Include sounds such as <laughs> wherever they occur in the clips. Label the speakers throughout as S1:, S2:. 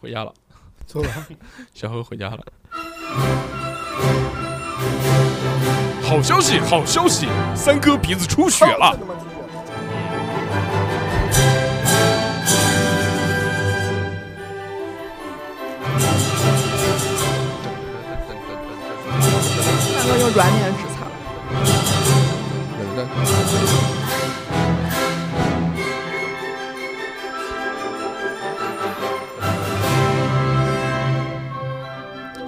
S1: 回家了，
S2: 走吧，
S1: <laughs> 小何回家了。好消息，好消息！三哥鼻子出血了。
S2: 他妈出血了
S3: 三哥用软点纸擦。
S4: 冷战，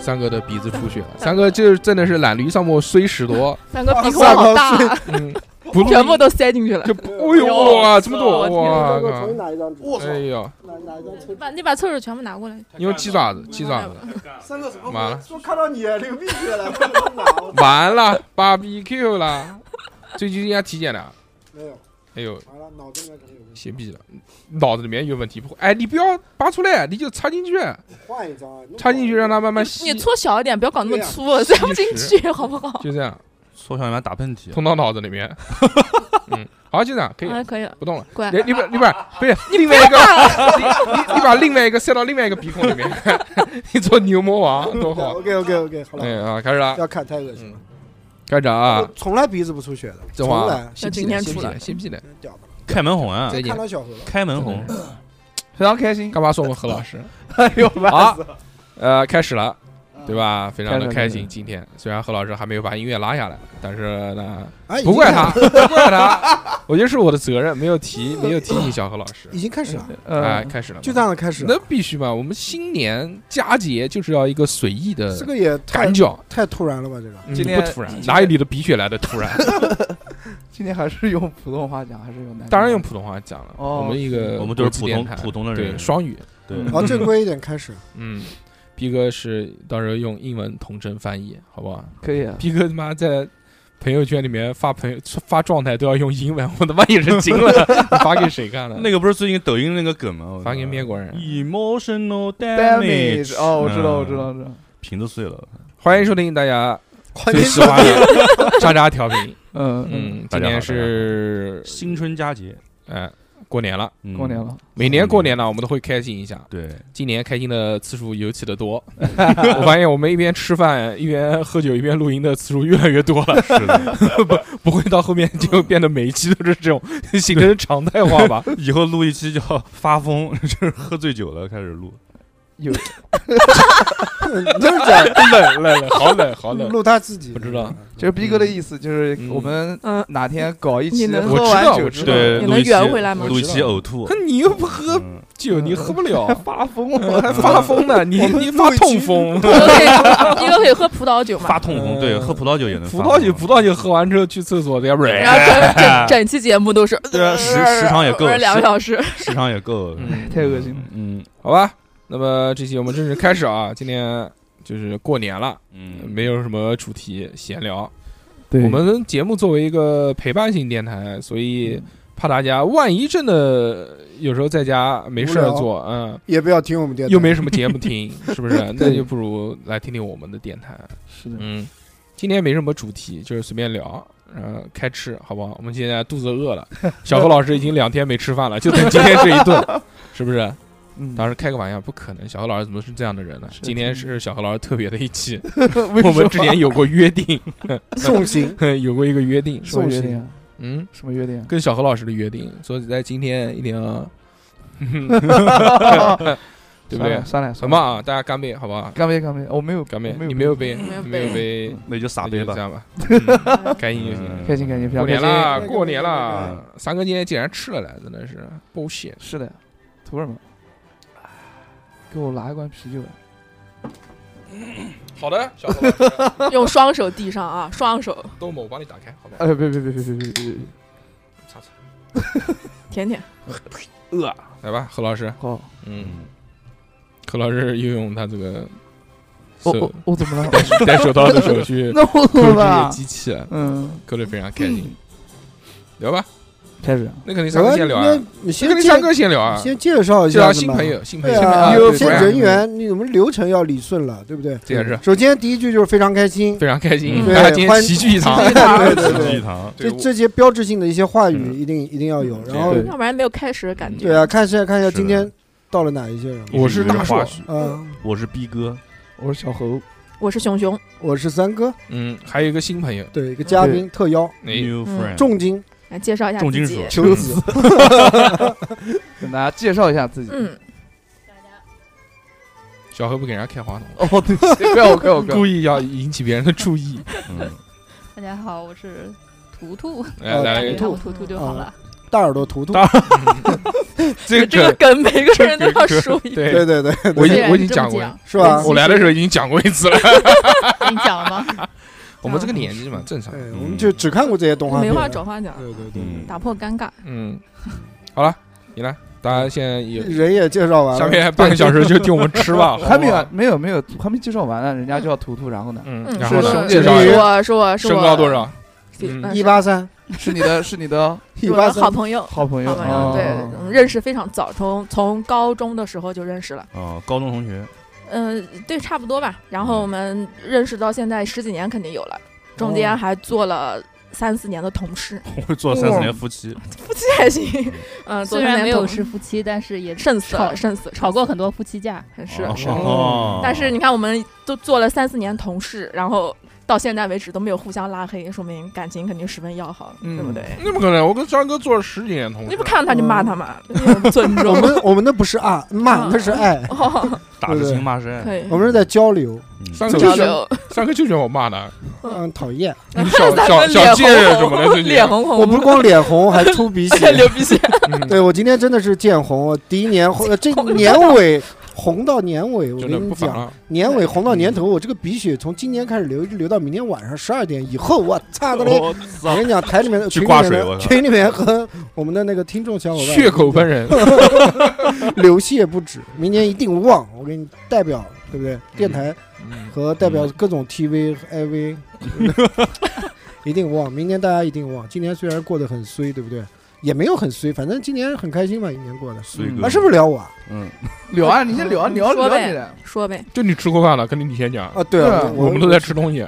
S4: 三哥的鼻子出血了。三哥就是真的是懒驴上磨虽石砣，
S3: 三哥鼻孔好大，啊
S4: 嗯，不
S3: 全部都塞进去了。
S4: 就不，哎呦哇，这么多哇
S2: 三哥重新
S4: 靠！
S2: 拿一张纸，
S4: 哎呦，
S2: 拿拿一张抽
S5: 你把你把厕纸全部拿
S6: <laughs>
S5: 过来。
S4: 你用鸡爪子，鸡爪子，
S2: 三哥什么？
S4: 完了
S2: 说看到你流鼻血了，不能拿我
S4: 完了，BBQ 了，最近人家体检了，
S2: 没有，
S4: 哎呦，
S2: 完了，脑子里面肯定有问题，
S4: 邪逼了，脑子里面有问题不？哎，你不要拔出来，你就插进去，
S2: 换一张啊，
S4: 插进去让它慢慢吸
S3: 你，搓小一点，不要搞那么粗，啊
S4: 对
S3: 塞
S4: 呀
S3: 不进去，好不好？
S4: 就这样
S6: 缩小里面打喷嚏，啊
S4: 通到脑子里面。嗯，好，就这样，可以
S3: 啊，可以了，
S4: 不动了。
S3: 乖
S4: 你。你把你把
S3: 哎
S4: 不是另外一个， <laughs> 你你你把另外一个塞到另外一个鼻孔里面， <laughs> 你做牛魔王多
S2: <laughs>
S4: 好！
S2: OK OK OK，好
S4: 哎
S2: 了，
S4: 啊，开始了，
S2: 要看太恶心了，
S4: 开始啊
S2: 我，从来鼻子不出血的，
S4: 这
S2: 从
S4: 话
S2: 来，
S4: 先
S3: 今
S4: 屁的
S3: 天
S4: 先
S3: 出
S4: 屁的
S3: 来
S4: 先屁的，
S2: 屌吧，
S6: 开门红啊，
S4: 再见
S2: 看。到小何了，
S6: 开门红，
S4: 非常开心，干嘛说我们何老师？
S6: 哎呦，
S4: 好，呃，开始了，对
S2: 吧？
S4: 吧？非常的
S6: 开
S4: 开
S6: 始
S4: 心。今天虽然何老师还没有把音乐拉下来，但是呢，<laughs>
S2: 哎，
S4: 不啊怪他，不怪他，我觉得是我的责任，没有提，没有提醒小何老师。
S2: 已经开始了，
S4: 哎，
S6: 呃，
S4: 开始了，
S2: 就这样的开始了，
S4: 那必须嘛！我们新年佳节就是要一个随意的
S2: 这个也太
S4: 赶脚，
S2: 太突然了吧？这个
S4: 嗯
S6: 今天
S4: 不突然，哪有你的鼻血来的突 <laughs> 然？
S6: 今天还是用普通话讲，还是用南
S4: 当然用普通话讲了，
S6: 哦
S4: 我们一个
S6: 我们就是
S4: 国际
S6: 普
S4: 电
S6: 通
S4: 台
S6: 普通的
S4: 对
S6: 人，
S4: 双语，
S6: 对，
S2: 然后哦
S7: 哦
S2: 正规一点开
S4: <laughs>
S2: 始，
S4: 嗯。逼哥是到时候用英文同声翻译，好 <laughs> 不好？
S6: 可以啊，
S4: 逼哥他妈在朋友圈里面发朋友发状态都要用英文，我他妈也是惊 <laughs> 了，发给谁看了？
S6: 那个不是最近抖音那个梗吗？我
S4: 发给美国人。
S6: emotional
S7: 嗯 damage
S6: damage，
S7: 哦，我知
S6: 嗯
S7: 道，我知道，我知道。
S6: 瓶子碎了，
S4: 欢迎收听大家
S2: 快
S4: 最喜欢的渣渣
S6: <laughs>
S4: 调频。
S7: 嗯嗯，
S4: 嗯，
S6: 大
S4: 今
S6: 家好
S4: 年是
S6: 新春佳节，
S4: 哎过年了，
S6: 嗯
S7: 过年，了，
S4: 每年过年呢我们都会开心一下。
S6: 对，
S4: 今年开心的次数尤其的 <laughs> 多，我发现我们一边吃饭一边喝酒一边录音的次数越来越多 <laughs> 了，
S6: 是
S7: <laughs>
S6: 的，
S4: 不会到后面就变得每一期都是这种 <laughs> 形成常态化吧？
S6: 以后录一期叫发疯， <laughs> 就是喝醉酒了开始录，
S2: 就是讲
S4: 冷冷冷，好冷好冷，
S2: 录他自己，
S4: 不知道
S7: 就是逼哥的意思，就是
S4: 嗯
S7: 我们
S3: 嗯，
S7: 哪天搞一
S3: 你
S7: 期
S3: 能
S7: 喝
S4: 我知道
S7: 完
S4: 我
S7: 酒
S4: 知
S7: 之
S4: 道
S7: 后
S6: 对，
S3: 你
S6: 呃录
S3: 能
S6: 一期
S3: 圆回来吗
S6: 录一期呕吐，
S4: 你又不喝
S6: 嗯
S4: 酒，你喝不了
S7: 还，
S4: <laughs>
S7: 发疯了，还
S4: 发 <laughs> 疯呢，你你发痛风，
S3: 一个可以，一个可以喝葡萄酒嘛
S6: 发，痛风，对，
S4: 嗯
S6: 喝葡萄酒也能啊
S4: 葡萄酒葡
S6: 不
S4: 萄酒喝完之后去厕所，要不
S3: 然后整
S6: <laughs>
S3: 整整期节目都是，
S6: 对啊时时长也够
S3: <laughs> 两个小时。
S6: 时长也够，
S4: 嗯
S7: 太恶心了。
S6: 嗯
S4: 好吧，那么这期我们正式开始啊，今天就是过年了，
S6: 嗯，
S4: 没有什么主题闲聊。
S7: 对
S4: 我们节目作为一个陪伴性电台，所
S7: 嗯
S4: 以怕大家万一真的有时候在家没事儿做，嗯，
S2: 也不要听我们电台，
S4: 又没什么节目
S7: <laughs>
S4: 听，是不是？那
S7: 对
S4: 就不如来听听我们的电台。
S7: 是的，
S4: 嗯，今天没什么主题，就是随便聊。嗯，开吃好不好？我们现在肚子饿了，小何老师已经两天没吃
S7: <laughs>
S4: 饭了，就等今天这一顿，是不是？
S7: 嗯，
S4: 当时开个玩笑，不可能。小何老师怎么是这样的人呢？
S7: 是
S4: 今天是小何老师特别的一期，
S7: 然 <laughs> 为
S4: 我们之
S7: 什么
S4: 前有过约定， <laughs>
S2: 送行，
S4: 有过一个约定，
S7: 什么约
S2: 送
S7: 定啊？
S4: 嗯，
S7: 什么约定啊？
S4: 跟小何老师的约定，所以在今天一定 <laughs> 要，对不对？
S7: 算了，
S4: 什
S7: 算
S4: 么
S7: 了，
S4: 啊？大家干杯，好不好？
S7: 干杯，干杯！我没有，
S4: 干杯！
S7: 我
S4: 你没
S7: 没
S4: 有杯，
S3: 没有
S4: 你没有杯，
S6: 那就撒
S4: 那就
S6: 杯吧
S4: 这，样吧，嗯
S6: <laughs>
S4: 开心就行。
S7: 开心，开心，非
S4: 过
S7: 常开
S4: 年
S7: 心。
S4: 啦，
S2: 嗯
S4: 过年啦！三哥今天竟然吃了来，真的是 bullshit。
S7: 是的，图什么？啊给我拿一罐啤酒来。
S4: 好的，小何老师，
S3: 用双手递上啊，双手
S4: 豆某我帮你打开，好吧？
S7: 哎，别别别别别别别！别
S4: 擦擦
S3: 舔舔。
S4: 来吧，何老师，
S7: 好，
S4: 嗯，何老师又用他这个
S7: 我
S4: 手
S7: 我我怎
S4: <laughs>
S7: 么了？ <laughs>
S4: 戴手套的手去
S7: 那我怎
S4: 控
S7: 么
S4: 制
S7: 了？
S4: 机器，
S7: 嗯，
S4: 扣的非常开心。聊吧，
S7: 开始。
S4: 那肯定三哥先聊啊，
S2: 那你
S4: 那
S2: 先
S4: 肯定
S2: 介
S4: 三哥先聊啊，
S2: 先介绍一
S4: 介
S2: 下
S4: 绍
S2: 子
S4: 新
S2: 嘛
S4: 朋，友，新朋
S2: 对
S4: 友
S2: 啊
S7: 新朋友，
S2: 先
S7: 对
S2: 人员，你们流程要理顺了，对不对？
S4: 这也是
S2: 首先第一句就是非常开心，
S4: 非常开心，
S7: 嗯
S4: 大家今
S2: 对
S4: 天
S2: 欢
S4: 齐聚一堂。 <laughs>
S2: 对对对
S6: 聚一
S2: 对，
S6: 堂，
S2: 这这些标志性的一些话语一定一定要有，然后
S7: 对
S3: 要不然没有开始的感觉。
S2: 对啊，看一下看一下
S6: 是的
S2: 今天到了哪一些人？
S4: 我是大硕
S6: 花絮
S2: 嗯，
S6: 我是逼哥，
S7: 我是小猴，
S3: 我是熊熊，
S2: 我是三哥，
S4: 嗯，还有一个新朋友，
S2: 对，一个嘉宾特邀，
S4: 哎，
S6: new
S3: 嗯
S6: friend，
S2: 重金啊
S3: 来介绍一下
S6: 重金
S3: 自己
S6: 属
S2: 求 <laughs> 子，
S7: 跟大家介绍一下自己。
S3: 嗯，
S4: 小何不给人家开话筒，
S7: 哦，对不起，怪我怪我怪我。
S4: 故意要引起别人的注意。
S6: 嗯，
S5: 大家好，我是图图，
S4: <laughs>
S2: 哦
S4: 来
S5: 大
S6: 哎
S4: 来
S5: 家
S3: 哎
S4: 来，
S5: 叫我图图嗯就好了。
S2: 大耳朵图图，
S4: 大 <laughs> 这
S3: 这个
S4: 个
S3: 梗每个人都要说 <laughs> 一
S4: 对
S2: 对对对，
S4: 我已
S5: 虽
S4: 经
S5: 然
S4: 我已经
S5: 这么
S4: 讲过了，
S5: 讲
S2: 是吧？嗯
S4: 我来的时候已经讲过一次了。
S5: <laughs> 你讲
S3: <laughs>
S5: 了吗？
S4: <laughs> 我们这个年纪嘛，正常
S2: 对。，哎我们就只看过这些动画
S3: 没
S2: 片，
S3: 话找话讲，
S2: 对对对
S6: 嗯
S3: 打破尴尬。
S4: 嗯，好了，你来，大家现在有
S2: 对，人也介绍完
S4: 下
S2: 了，
S4: 面半个小时就听
S2: <laughs>
S4: 我们吃吧，
S7: 还没
S4: 好
S7: 有
S4: 不好。
S7: 没有没有，还没介绍完呢，人家就要图图，然
S3: <laughs>
S7: 后呢？
S4: 嗯，
S3: 嗯，
S4: 然
S3: 是
S4: 后
S2: 是
S4: 呢？
S3: 我
S2: 的
S4: 介
S3: 是
S4: 绍一下
S3: 我是我是
S4: 身
S3: 我
S4: 高多？少？嗯
S3: 嗯
S2: 一八三，
S7: 是你的，是你的
S2: 一
S3: 是我
S2: 八
S3: 的好
S2: 三，
S3: 朋友，
S7: 好朋友
S3: 好朋友，对，
S7: 哦
S3: 嗯认识非常早，从从高中的时候就认识了。
S6: 哦，高中同学，
S3: 嗯，对，差不多吧。然后我们认识到现在十几年肯定有了，中间还做了三四年的同事，
S6: 我做了三四年夫妻，
S3: 夫妻 <laughs> 还行。哦嗯，做
S5: 虽然
S3: 三
S5: 没
S3: 年
S5: 有
S3: 同
S5: 是夫妻，但是也
S3: 胜死了，
S5: 吵
S3: 胜死，
S5: 吵过
S3: 很
S5: 很多夫妻架。
S3: 是。
S6: 哦
S7: 哦
S3: 但是你看，我们都做了三四年同事，然后到现在为止都没有互相拉黑，说明感情肯定十分要好，
S7: 嗯
S3: 对不对？
S4: 那不可能，我跟张哥做了十几年同
S3: 你
S4: 事
S3: 不，看他就骂他嘛，那种尊
S2: <laughs> 我
S3: 重。
S2: 们我们那不是啊，骂那是爱，
S3: <laughs> 哦，
S6: 打着情骂是爱，
S3: 可以
S2: 我们是在交流，
S6: 嗯
S4: 三个
S2: 就是
S3: 交
S4: 就
S3: 流。 <laughs>
S4: 三个就觉得我骂他，
S2: 嗯，讨厌，
S4: 小小小贱人怎么能是你？
S3: 脸红红，，
S2: 我不是光脸红，还出鼻血
S3: <laughs> 流鼻血，
S4: 嗯
S2: 对我今天真的是见红，我第一年红，呃这年尾红到年尾，我
S4: 真的
S2: 跟
S4: 不
S2: 你
S4: 烦啊
S2: 讲，
S4: 了。
S2: 年尾红到年
S6: 嗯
S2: 头，我这个鼻血从今年开始流，一直流到明天晚上十二点以后，我操他妈！
S6: 哦我
S2: 我
S6: 操，
S2: 跟你讲，台里面的
S6: 去
S2: 群里
S6: 挂
S2: 面
S6: 水
S2: 的
S6: 我操
S2: 群里面和我们的那个听众小伙伴，
S4: 血口喷人，
S2: <laughs> 流血不止，明年一定旺！我给你代表，对不对？电台
S4: 嗯
S2: 和代表各种 TV 和 IV，一定旺！明年大家一定旺。今年虽然过得很衰，对不对？也没有很衰，反正今年很开心吧，一年过的。
S6: 随
S7: 嗯
S6: 哥
S2: 啊，是不是聊我啊？
S6: 嗯，
S7: 聊啊，你先聊，聊
S3: 说
S7: 聊
S3: 呗
S7: 你的。
S3: 说呗，
S4: 就你吃过饭了，跟你先讲，
S2: 啊，对啊
S7: 对啊，
S4: 我们都在吃东
S2: 嗯
S4: 西。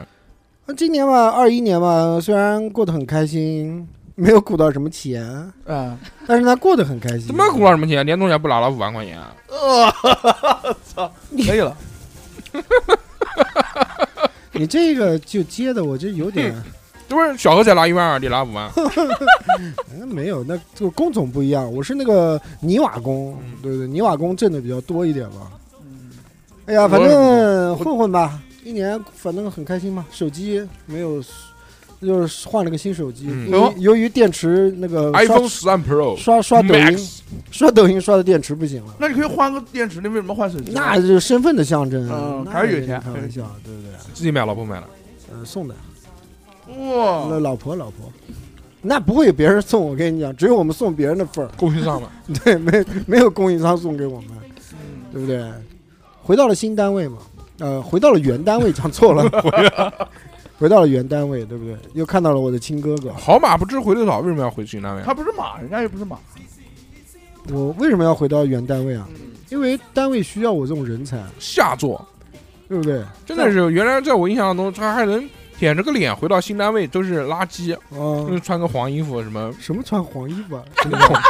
S2: 那今年嘛，二一年嘛，虽然过得很开心，没有鼓到什么钱，
S7: 啊，
S2: 但是呢，过得很开心。
S4: 他妈鼓了什啊么钱？年终奖不拿了五万块钱啊？
S3: <laughs>
S7: 可以了，
S2: 你这个就接的，我这有点、
S4: 这不是小何才拿一万二，你拿五
S2: <laughs>
S4: 万，
S2: 嗯没有，那这个工种不一样。我是那个泥瓦工，
S4: 嗯
S2: 对对，泥瓦工挣的比较多一点吧。
S7: 嗯
S2: 哎呀，反正混混吧，一年反正很开心嘛。手机没有，就是换了个新手机，
S4: 嗯
S7: 哎
S2: 由于由于电池那个刷
S4: iPhone 十三 Pro
S2: 刷刷抖音
S4: Max，
S2: 刷抖音刷的电池不行了。
S7: 那你可以换个电池，你为什么换手机？
S2: 那就是身份的象征，
S7: 嗯
S2: 那
S7: 还是有钱
S2: 开玩笑，对不对？
S4: 自己买老婆买了，
S2: 嗯，送的，那
S7: 哇，
S2: 老婆老婆，那不会有别人送，我跟你讲，只有我们送别人的份儿，
S4: 供应商嘛。
S2: 对， <laughs> 没没有供应商送给我们，对不对？回到了新单位嘛，呃，回到了原单位，讲错了，回到了原单位，对不对？又看到了我的亲哥哥，
S4: 好马不吃回头草，为什么要回去那边？
S7: 他不是马，人家又不是马。
S2: 我为什么要回到原单位啊？因为单位需要我这种人才，
S4: 下作，
S2: 对不对？啊
S4: 真的是原来在我印象中，他还能舔着个脸回到新单位都是垃圾，
S2: 啊、
S4: 就是穿个黄衣服什么，
S2: 什么穿黄衣服啊？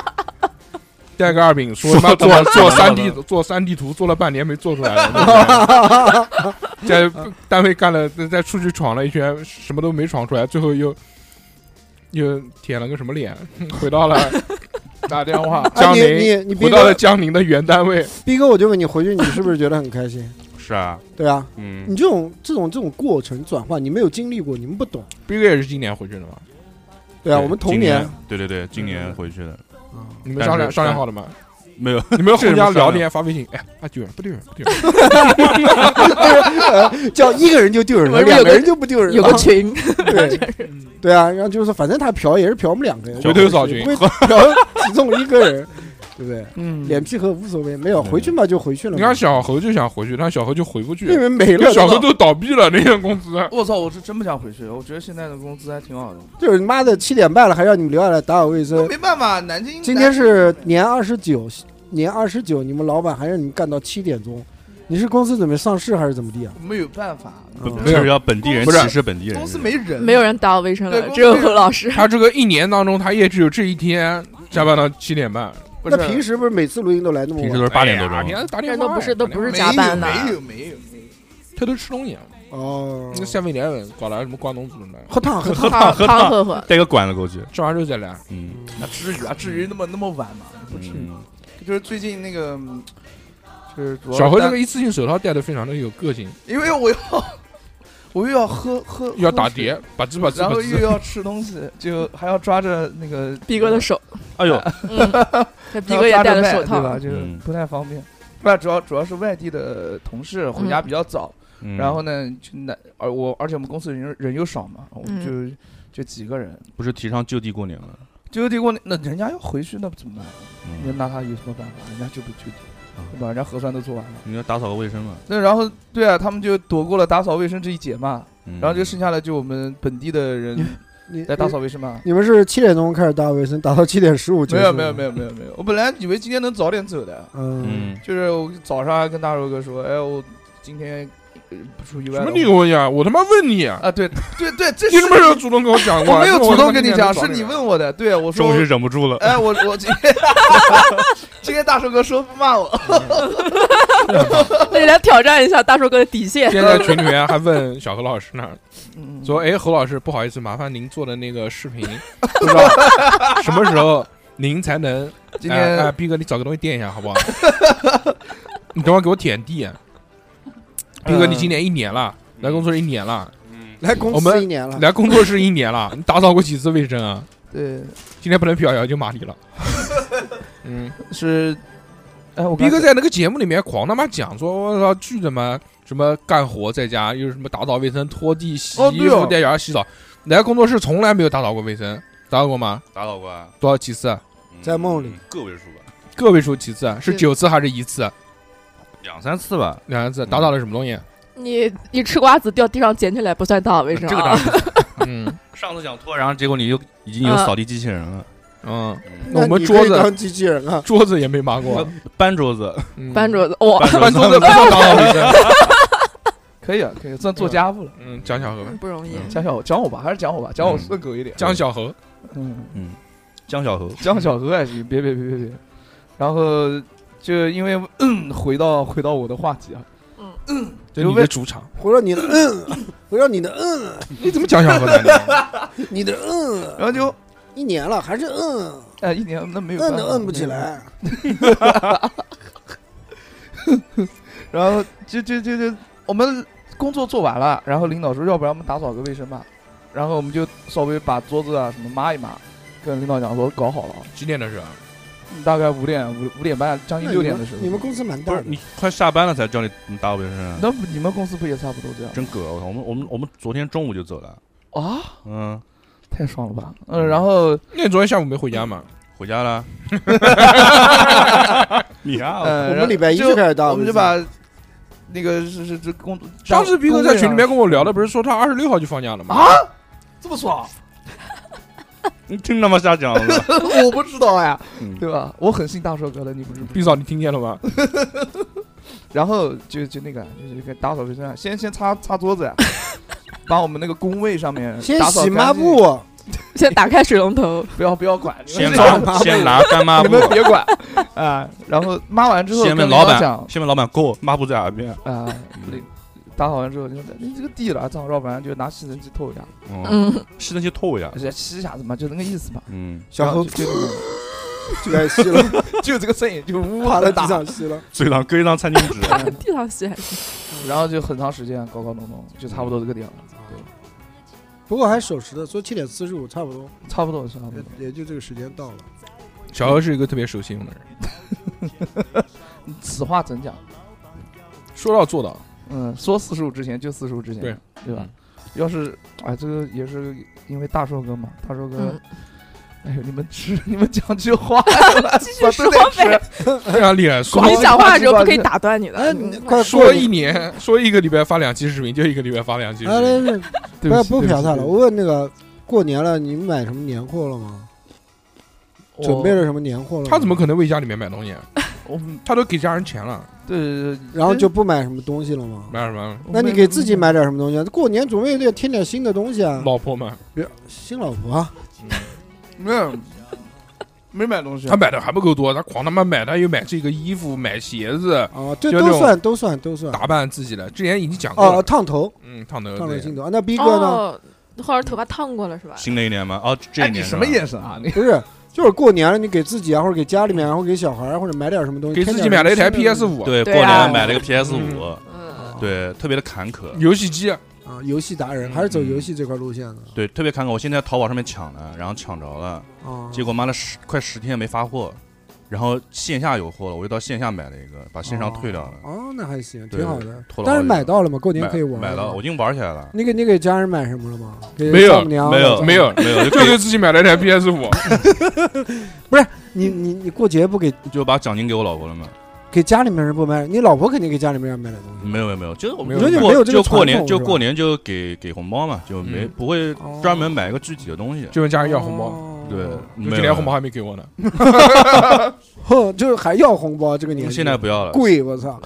S4: <laughs> 带个二饼，说他妈
S6: 说
S4: 做
S6: 他妈
S4: 做
S6: 的
S4: 三 D 做三 D 图做了半年没做出来了， <laughs> 在单位干了，再出去闯了一圈，什么都没闯出来，最后又又舔了个什么脸，回到 <laughs> 了打电话
S2: 啊，
S4: 江
S2: 你
S4: 宁，
S2: 你你
S4: 回
S2: 逼
S4: 到了
S2: 哥，
S4: 江宁的原单位，
S2: 逼哥，我就问你，回去你是不是觉得很开心？
S6: 是啊，
S2: 对啊，
S6: 嗯，
S2: 你这种这种这种过程转换，你没有经历过，你们不懂。
S4: 斌哥也是今年回去的嘛？
S2: 对啊，我们同
S6: 今
S2: 年
S6: 年，对对对，今年回去的，
S4: 你们商量
S6: 但是
S4: 商量好了吗？
S6: 没有，
S4: 你们互
S6: 这是
S4: 相
S6: 商
S4: 聊
S6: 量
S4: 天发微信，哎，啊丢人不丢人不 <laughs> 丢人，
S2: <laughs> 叫一个人就丢人了，
S3: 我们有
S2: 两
S3: 个
S2: 个人就不丢人了。
S3: 有个群，
S2: 对对啊，然后就是说，反正他嫖也是嫖我们两个人，
S4: 回头扫群
S2: 不会嫖 <laughs> 其中一个人，对不对？
S7: 嗯
S2: 脸皮和无所谓，没有
S6: 嗯
S2: 回去嘛就回去了嘛。
S4: 你看小何就想回去，但小何就回不
S2: 因
S4: 去，
S2: 为没了
S4: 那，小何都倒闭了，那些公司。
S7: 我操！我是真不想回去，我觉得现在的工资还挺好的。
S2: 就是你妈的七点半了还让你们留下来打扫卫
S7: 那
S2: 生。
S7: 没办法，南京
S2: 今天是年二十九，年二十九，你们老板还让你们干到七点钟，你是公司准备上市还是怎么地啊？
S7: 没有办法，
S2: 嗯
S6: 不就是要本地人
S4: 不是
S6: 歧视本地人，
S7: 公司没人，
S3: 没有人打扫卫生了
S7: 嗯对，
S4: <laughs>
S3: 只有何老师。
S4: 他这个一年当中，他也只有这一天加班到七点半，
S7: 不
S2: 那
S7: 是
S2: 平时不是每次录音都来那么
S6: 平时都
S2: 晚？
S6: 是八点多
S4: 哎呀平
S6: 钟，
S4: 时打电
S3: 这
S4: 话
S3: 都不是都不是
S7: 没
S3: 加
S7: 有
S3: 班的，
S7: 没有没有没有，
S4: 他都吃东西啊，
S7: 嗯
S2: 哦，
S4: 那下面连人搞来什么关东煮什么的，
S2: 喝汤喝汤，
S3: 汤汤喝喝，
S6: 带个管子过去，
S4: 吃完之后再来。
S6: 嗯，
S7: 那至于啊？至于那么那么晚吗？不至于。
S6: 嗯
S7: 就是最近那个，嗯就是主要是
S4: 小何这
S7: 单
S4: 个一次性手套戴的非常的有个
S7: <laughs>
S4: 性，
S7: 因为我要我又要喝喝，
S4: 要打
S7: 喝水
S4: 碟，，吧唧吧唧
S7: 然
S4: 吧
S7: 后又
S4: 唧。
S7: 要吃东西，就还要抓着那个
S3: <laughs> 逼哥的，手，
S6: 哎呦，
S3: 嗯，这 <laughs> 逼哥
S7: 然后
S3: 也
S7: 抓
S3: 戴
S7: 着
S3: 了
S7: 麦
S3: 手
S7: 对
S3: 套，
S7: 吧？就是
S6: 嗯
S7: 不太方便。不，主要主要是外地的同事回家比较早，
S6: 嗯
S7: 然后呢，就那而我而且我们公司人人又少嘛，我们就、
S3: 嗯
S7: 就几个人，
S6: 嗯不是提倡就地过年吗？
S7: 就地过年，那人家要回去，那怎么办？
S6: 嗯
S7: 你拿他有什么办法？人家就不就地
S6: 嗯，
S7: 对吧？人家核酸都做完了。
S6: 你要打扫个卫生嘛，
S7: 那然后对啊，他们就躲过了打扫卫生这一劫嘛，
S6: 嗯
S7: 然后就剩下的就我们本地的 <laughs> 人
S2: 你
S7: 来打扫卫生 <laughs> 嘛。
S2: 你们是七点钟开始打卫生，打到七点十五结
S7: 没
S2: 束？
S7: 有没有没
S2: 有，
S7: 有没有没有，我本来以为今天能早点走的，
S2: 嗯，
S6: 嗯，
S7: 就是我早上还跟大肉哥说，哎，我今天呃不出意外
S4: 什
S7: 了
S4: 么你问你啊？我他妈问你
S7: <laughs>
S4: 啊！
S7: 啊？对对对，这
S4: 你
S7: 是
S4: 什么时候主动跟我讲过
S7: 我
S4: 啊？
S7: 没有
S4: 这个
S7: 主
S4: 他妈
S7: 动跟
S4: 今
S7: 你
S4: 天
S7: 讲，啊
S4: 早
S7: 是
S4: 点
S7: 你问我的。对，我说
S6: 终于忍不住了，
S7: 哎，我我今 <laughs> 天今天大寿哥说不骂我，
S3: 那你来挑战一下大叔哥的底线。
S4: 今天在群里面还问小何老师
S7: <laughs>
S4: 呢，
S7: 嗯
S4: 说：“哎，侯老师，不好意思，麻烦您做的那个视频，
S7: <laughs>
S4: 不知道什么时候您才能？
S7: 今
S4: 哎哎
S7: 天
S4: 逼哥，你找个东西垫一下，好 <laughs> 不好？你等会儿给我舔地。逼哥，你今年一年了，来工作室一年了，
S1: 嗯，
S2: <laughs> 来公
S4: 我
S2: 司
S4: 们
S2: 一年了，
S4: 来工作室一年了，你打扫过几次卫生啊？
S7: 对
S4: 今天不能飘摇，就骂你了。嗯，
S7: 是哎，我
S4: 逼
S7: 刚
S4: 哥在那个节目里面狂他妈讲说，我操，巨他妈什么干活在家，又什么打扫卫生、拖地、洗
S7: 哦
S4: 衣
S7: 对哦
S4: 服、带小孩洗澡，来工作室从来没有打扫过卫生，打扫过吗？
S6: 打扫过啊，
S4: 多少几次？
S6: 嗯
S2: 在梦里
S6: 个位啊数吧，
S4: 个位数几次？啊是
S7: 对
S4: 九次还是一次？啊
S6: 两三次吧，
S4: 两次？打扫了什么东西？啊
S3: 你你吃瓜子掉地上捡起来不算打扫卫生
S6: 这个打
S3: 啊？
S6: 扫。
S4: 嗯
S6: 上次想拖，然后结果你又已经有
S3: 嗯
S6: 扫地机器人了，
S4: 嗯，
S6: 嗯
S2: 那
S4: 我们
S2: 你
S4: 桌
S2: 可以
S4: 子
S2: 当机器人啊，
S4: 桌子也没抹过，
S6: 搬桌子， <laughs>
S4: 嗯
S3: 搬桌子，哇，
S4: 搬桌子不算打扫卫生。
S7: 可以啊，可以算做家务了。
S4: 嗯，讲小何吧，
S3: 不容易。
S7: 讲小讲我吧，还是讲我吧，讲我
S6: 嗯
S7: 顺口一点。
S4: 讲小何，
S7: 嗯，
S6: 嗯，江小猴，
S7: 江小河还行，别别别别别。然后就因为、嗯、回到回到我的话题啊，
S4: 这是你的主场，
S2: 回到你的嗯，回到你的嗯，
S4: 你怎么讲小何呢？
S2: 你的嗯，
S7: 然后就
S2: 一年了还是嗯，
S7: 哎一年那没有办
S2: 摁
S7: 法
S2: 都摁不起。来，
S7: 然后就就就就我们工作做完了，然后领导说要不然我们打扫个卫生吧，然后我们就稍微把桌子啊什么抹一抹，跟领导讲说搞好了，
S4: 几点的时候？啊
S7: 大概五点五五点半将近
S2: 嗯那
S7: 六
S2: 你
S7: 点的
S2: 们
S7: 时候。
S2: 你们公司蛮
S6: 不
S2: 大
S6: 是
S2: 的，
S6: 你快下班了才叫你你打扫卫生啊，
S7: 那不你们公司不也差不多这样
S6: 真狗！我操，我们我们我们昨天中午就走了，
S7: 啊？
S6: 嗯，
S7: 太爽了吧？嗯，然后
S2: 哦
S4: 那你昨天下午没回家吗？
S6: 回家了。你啊
S7: 呃，
S2: 我
S7: 然
S2: 们礼拜一
S7: 就
S2: 就开始打扫
S7: 我们
S2: 卫
S7: 就
S2: 生
S7: 把那个是是这工作。
S4: 上次逼哥
S7: 工
S4: 在
S7: 位
S4: 群里
S7: 啊
S4: 面跟我聊的，不是说他二十六号就放假了吗？
S7: 啊，这么爽，
S6: 你听他妈瞎讲！
S7: <laughs> 我不知道呀，
S6: 嗯
S7: 对吧？我很信大帅哥的，你不知不知
S4: 毕嫂，你听见了吗？
S7: 然后就就那个就是那个打扫卫生啊，先先擦擦
S2: <laughs>
S7: 桌子呀，把我们那个工位上面
S2: 先
S7: 打扫
S2: 洗
S7: 干
S2: 抹
S7: 净，
S2: 布，
S3: 先打开水龙头，
S7: 不要不要管， <laughs> 你
S6: 先
S7: 们啊
S2: 拿
S6: 拿先拿干抹
S7: 你
S6: 布
S7: 们，别管啊。然后抹完之后
S6: 先
S7: 跟
S6: 问
S7: 领
S6: 老
S7: 导
S6: 板
S7: 讲，
S6: <laughs> 先问老板给我抹布在耳边。
S7: 啊，领打扫完之后就说哎你这个地了，正好要不然就拿吸尘器透一下，啊
S6: 嗯，
S3: 嗯，
S6: 吸尘器透一下。
S7: 就是吸一下子嘛，就那个意思嘛。
S6: 嗯，
S2: 小
S7: 后
S2: 何
S7: 就就那种
S2: 就开始吸了， <laughs>
S7: 就这 <laughs> 个声音就呜
S2: 趴
S7: 哇
S2: 在
S7: 的
S2: 地
S7: 打，
S2: 上吸了，
S6: 嘴上搁一张餐巾纸。
S7: <laughs>
S3: 地上洗还行。
S7: 然后就很长时间搞搞弄弄，就差不多这个地方，
S2: <laughs> 不过还守时的，说七点四十五差不多，
S7: 差不多差不多
S2: 也。也就这个时间到了。
S4: 小何是一个特别守信用的人，
S7: 此话怎讲？
S4: 说到做到。
S7: 嗯，说四十五之前就四十五之前，
S4: 对
S7: 对吧？要是哎，这个也是因为大硕哥嘛，大硕哥，
S3: 嗯，
S7: <laughs> 哎呦，你们吃，你们讲句话，
S3: 继续
S7: 我
S3: 说
S7: 都得
S3: 呗
S7: 吃。。
S4: 非常厉害，说
S7: 呱
S3: 你讲话的时候不可以打断你的。
S2: 哎，你
S3: 嗯
S2: 快
S4: 说
S2: 过
S4: 一年，说一个礼拜发两期视频，就一个礼拜发两期视
S2: 哎，
S4: 频。
S2: 来来
S7: <laughs> 对
S2: 不要
S7: 起
S2: 不
S7: 对
S2: 嫖
S7: 起
S2: 他
S7: 对
S2: 了。
S7: 不
S2: 我问那个，过年了，你买什么年货了吗？
S7: 起
S2: 准备了什么年货了吗？
S4: 他怎么可能为家里面买东西？啊
S7: 我，我们
S4: 他都给家人钱了，
S7: 对对对，
S2: 然后就不买什么东西了吗？
S4: 买什么？
S7: 我
S2: 那你
S7: 们
S2: 给自己买点什么东西啊？过年总也得添点新的东西啊。
S4: 老婆嘛，
S2: 新老婆啊，
S7: 没有？没买东西啊
S4: 他，买的还不够多，他狂他妈买，他又买这个衣服，买鞋子，
S2: 啊，这
S4: 就
S2: 都
S4: 这种
S2: 算都算都算。
S4: 打扮自己了。之前已经讲过
S2: 嗯哦，
S4: 了，
S2: 烫头，
S4: 嗯，烫头
S2: 烫头
S4: 对
S2: 金头啊。那逼哥呢？
S3: 哦，后来头发烫过了是吧？
S6: 新的一年吗？哦，这
S7: 哎，
S6: 一
S7: 你
S6: 年是
S7: 什
S6: 吧
S7: 么眼神啊？你
S2: 不是，就是过年了，你给自己啊，或者给家里面啊，或者给小孩儿，或者买点什么东西。
S4: 给
S2: 添
S4: 自己买
S2: 点
S4: 了一台
S2: 什么
S4: PS 五，
S6: 对，过
S3: 对啊
S6: 年买了个 PS 五，
S3: 嗯，
S6: 对，特别的坎坷，
S4: 游戏机，
S2: 啊，游戏达人还是走游戏这块路线的
S6: 对，特别坎坷。我现在淘宝上面抢的，然后抢着了，
S2: 啊。
S6: 结果妈的十快十天没发货，然后线下有货了，我又到线下买了一个，把线上退掉了，
S2: 哦，那还行，
S6: 对
S2: 挺好的。
S6: 拖了好久
S2: 但是买到了嗯吗？过年
S6: 买
S2: 可以玩
S6: 买了，我已经玩起来了。
S2: 你给你给家人买什么了吗？给
S4: 没有
S2: 丈母娘
S6: 没有
S4: 没有
S6: 没有，
S4: 就
S6: 就
S4: 给自己买了一台 PS 五，
S2: 你你你过节不给
S6: 就把奖金给我老婆了嘛。
S2: 给家里面人不买，你老婆肯定给家里面人买点东西。
S6: 没有没有没有，就是我
S4: 没
S6: 们
S4: 有
S6: 就
S2: 没有
S6: 过
S2: 这个
S6: 就过
S2: 传
S6: 年
S2: 统
S6: 就是
S2: 吧
S6: 过年就给给红包嘛，就没
S4: 嗯
S6: 不会专门买一个具体的东西。
S4: 就问家人要红包，
S6: 对
S2: 哦，
S6: 没
S4: 就
S6: 有
S4: 今年红包还没给我呢。
S2: 哼，就是还要红包，这个年纪
S6: 现在不要了，
S2: 贵，我操，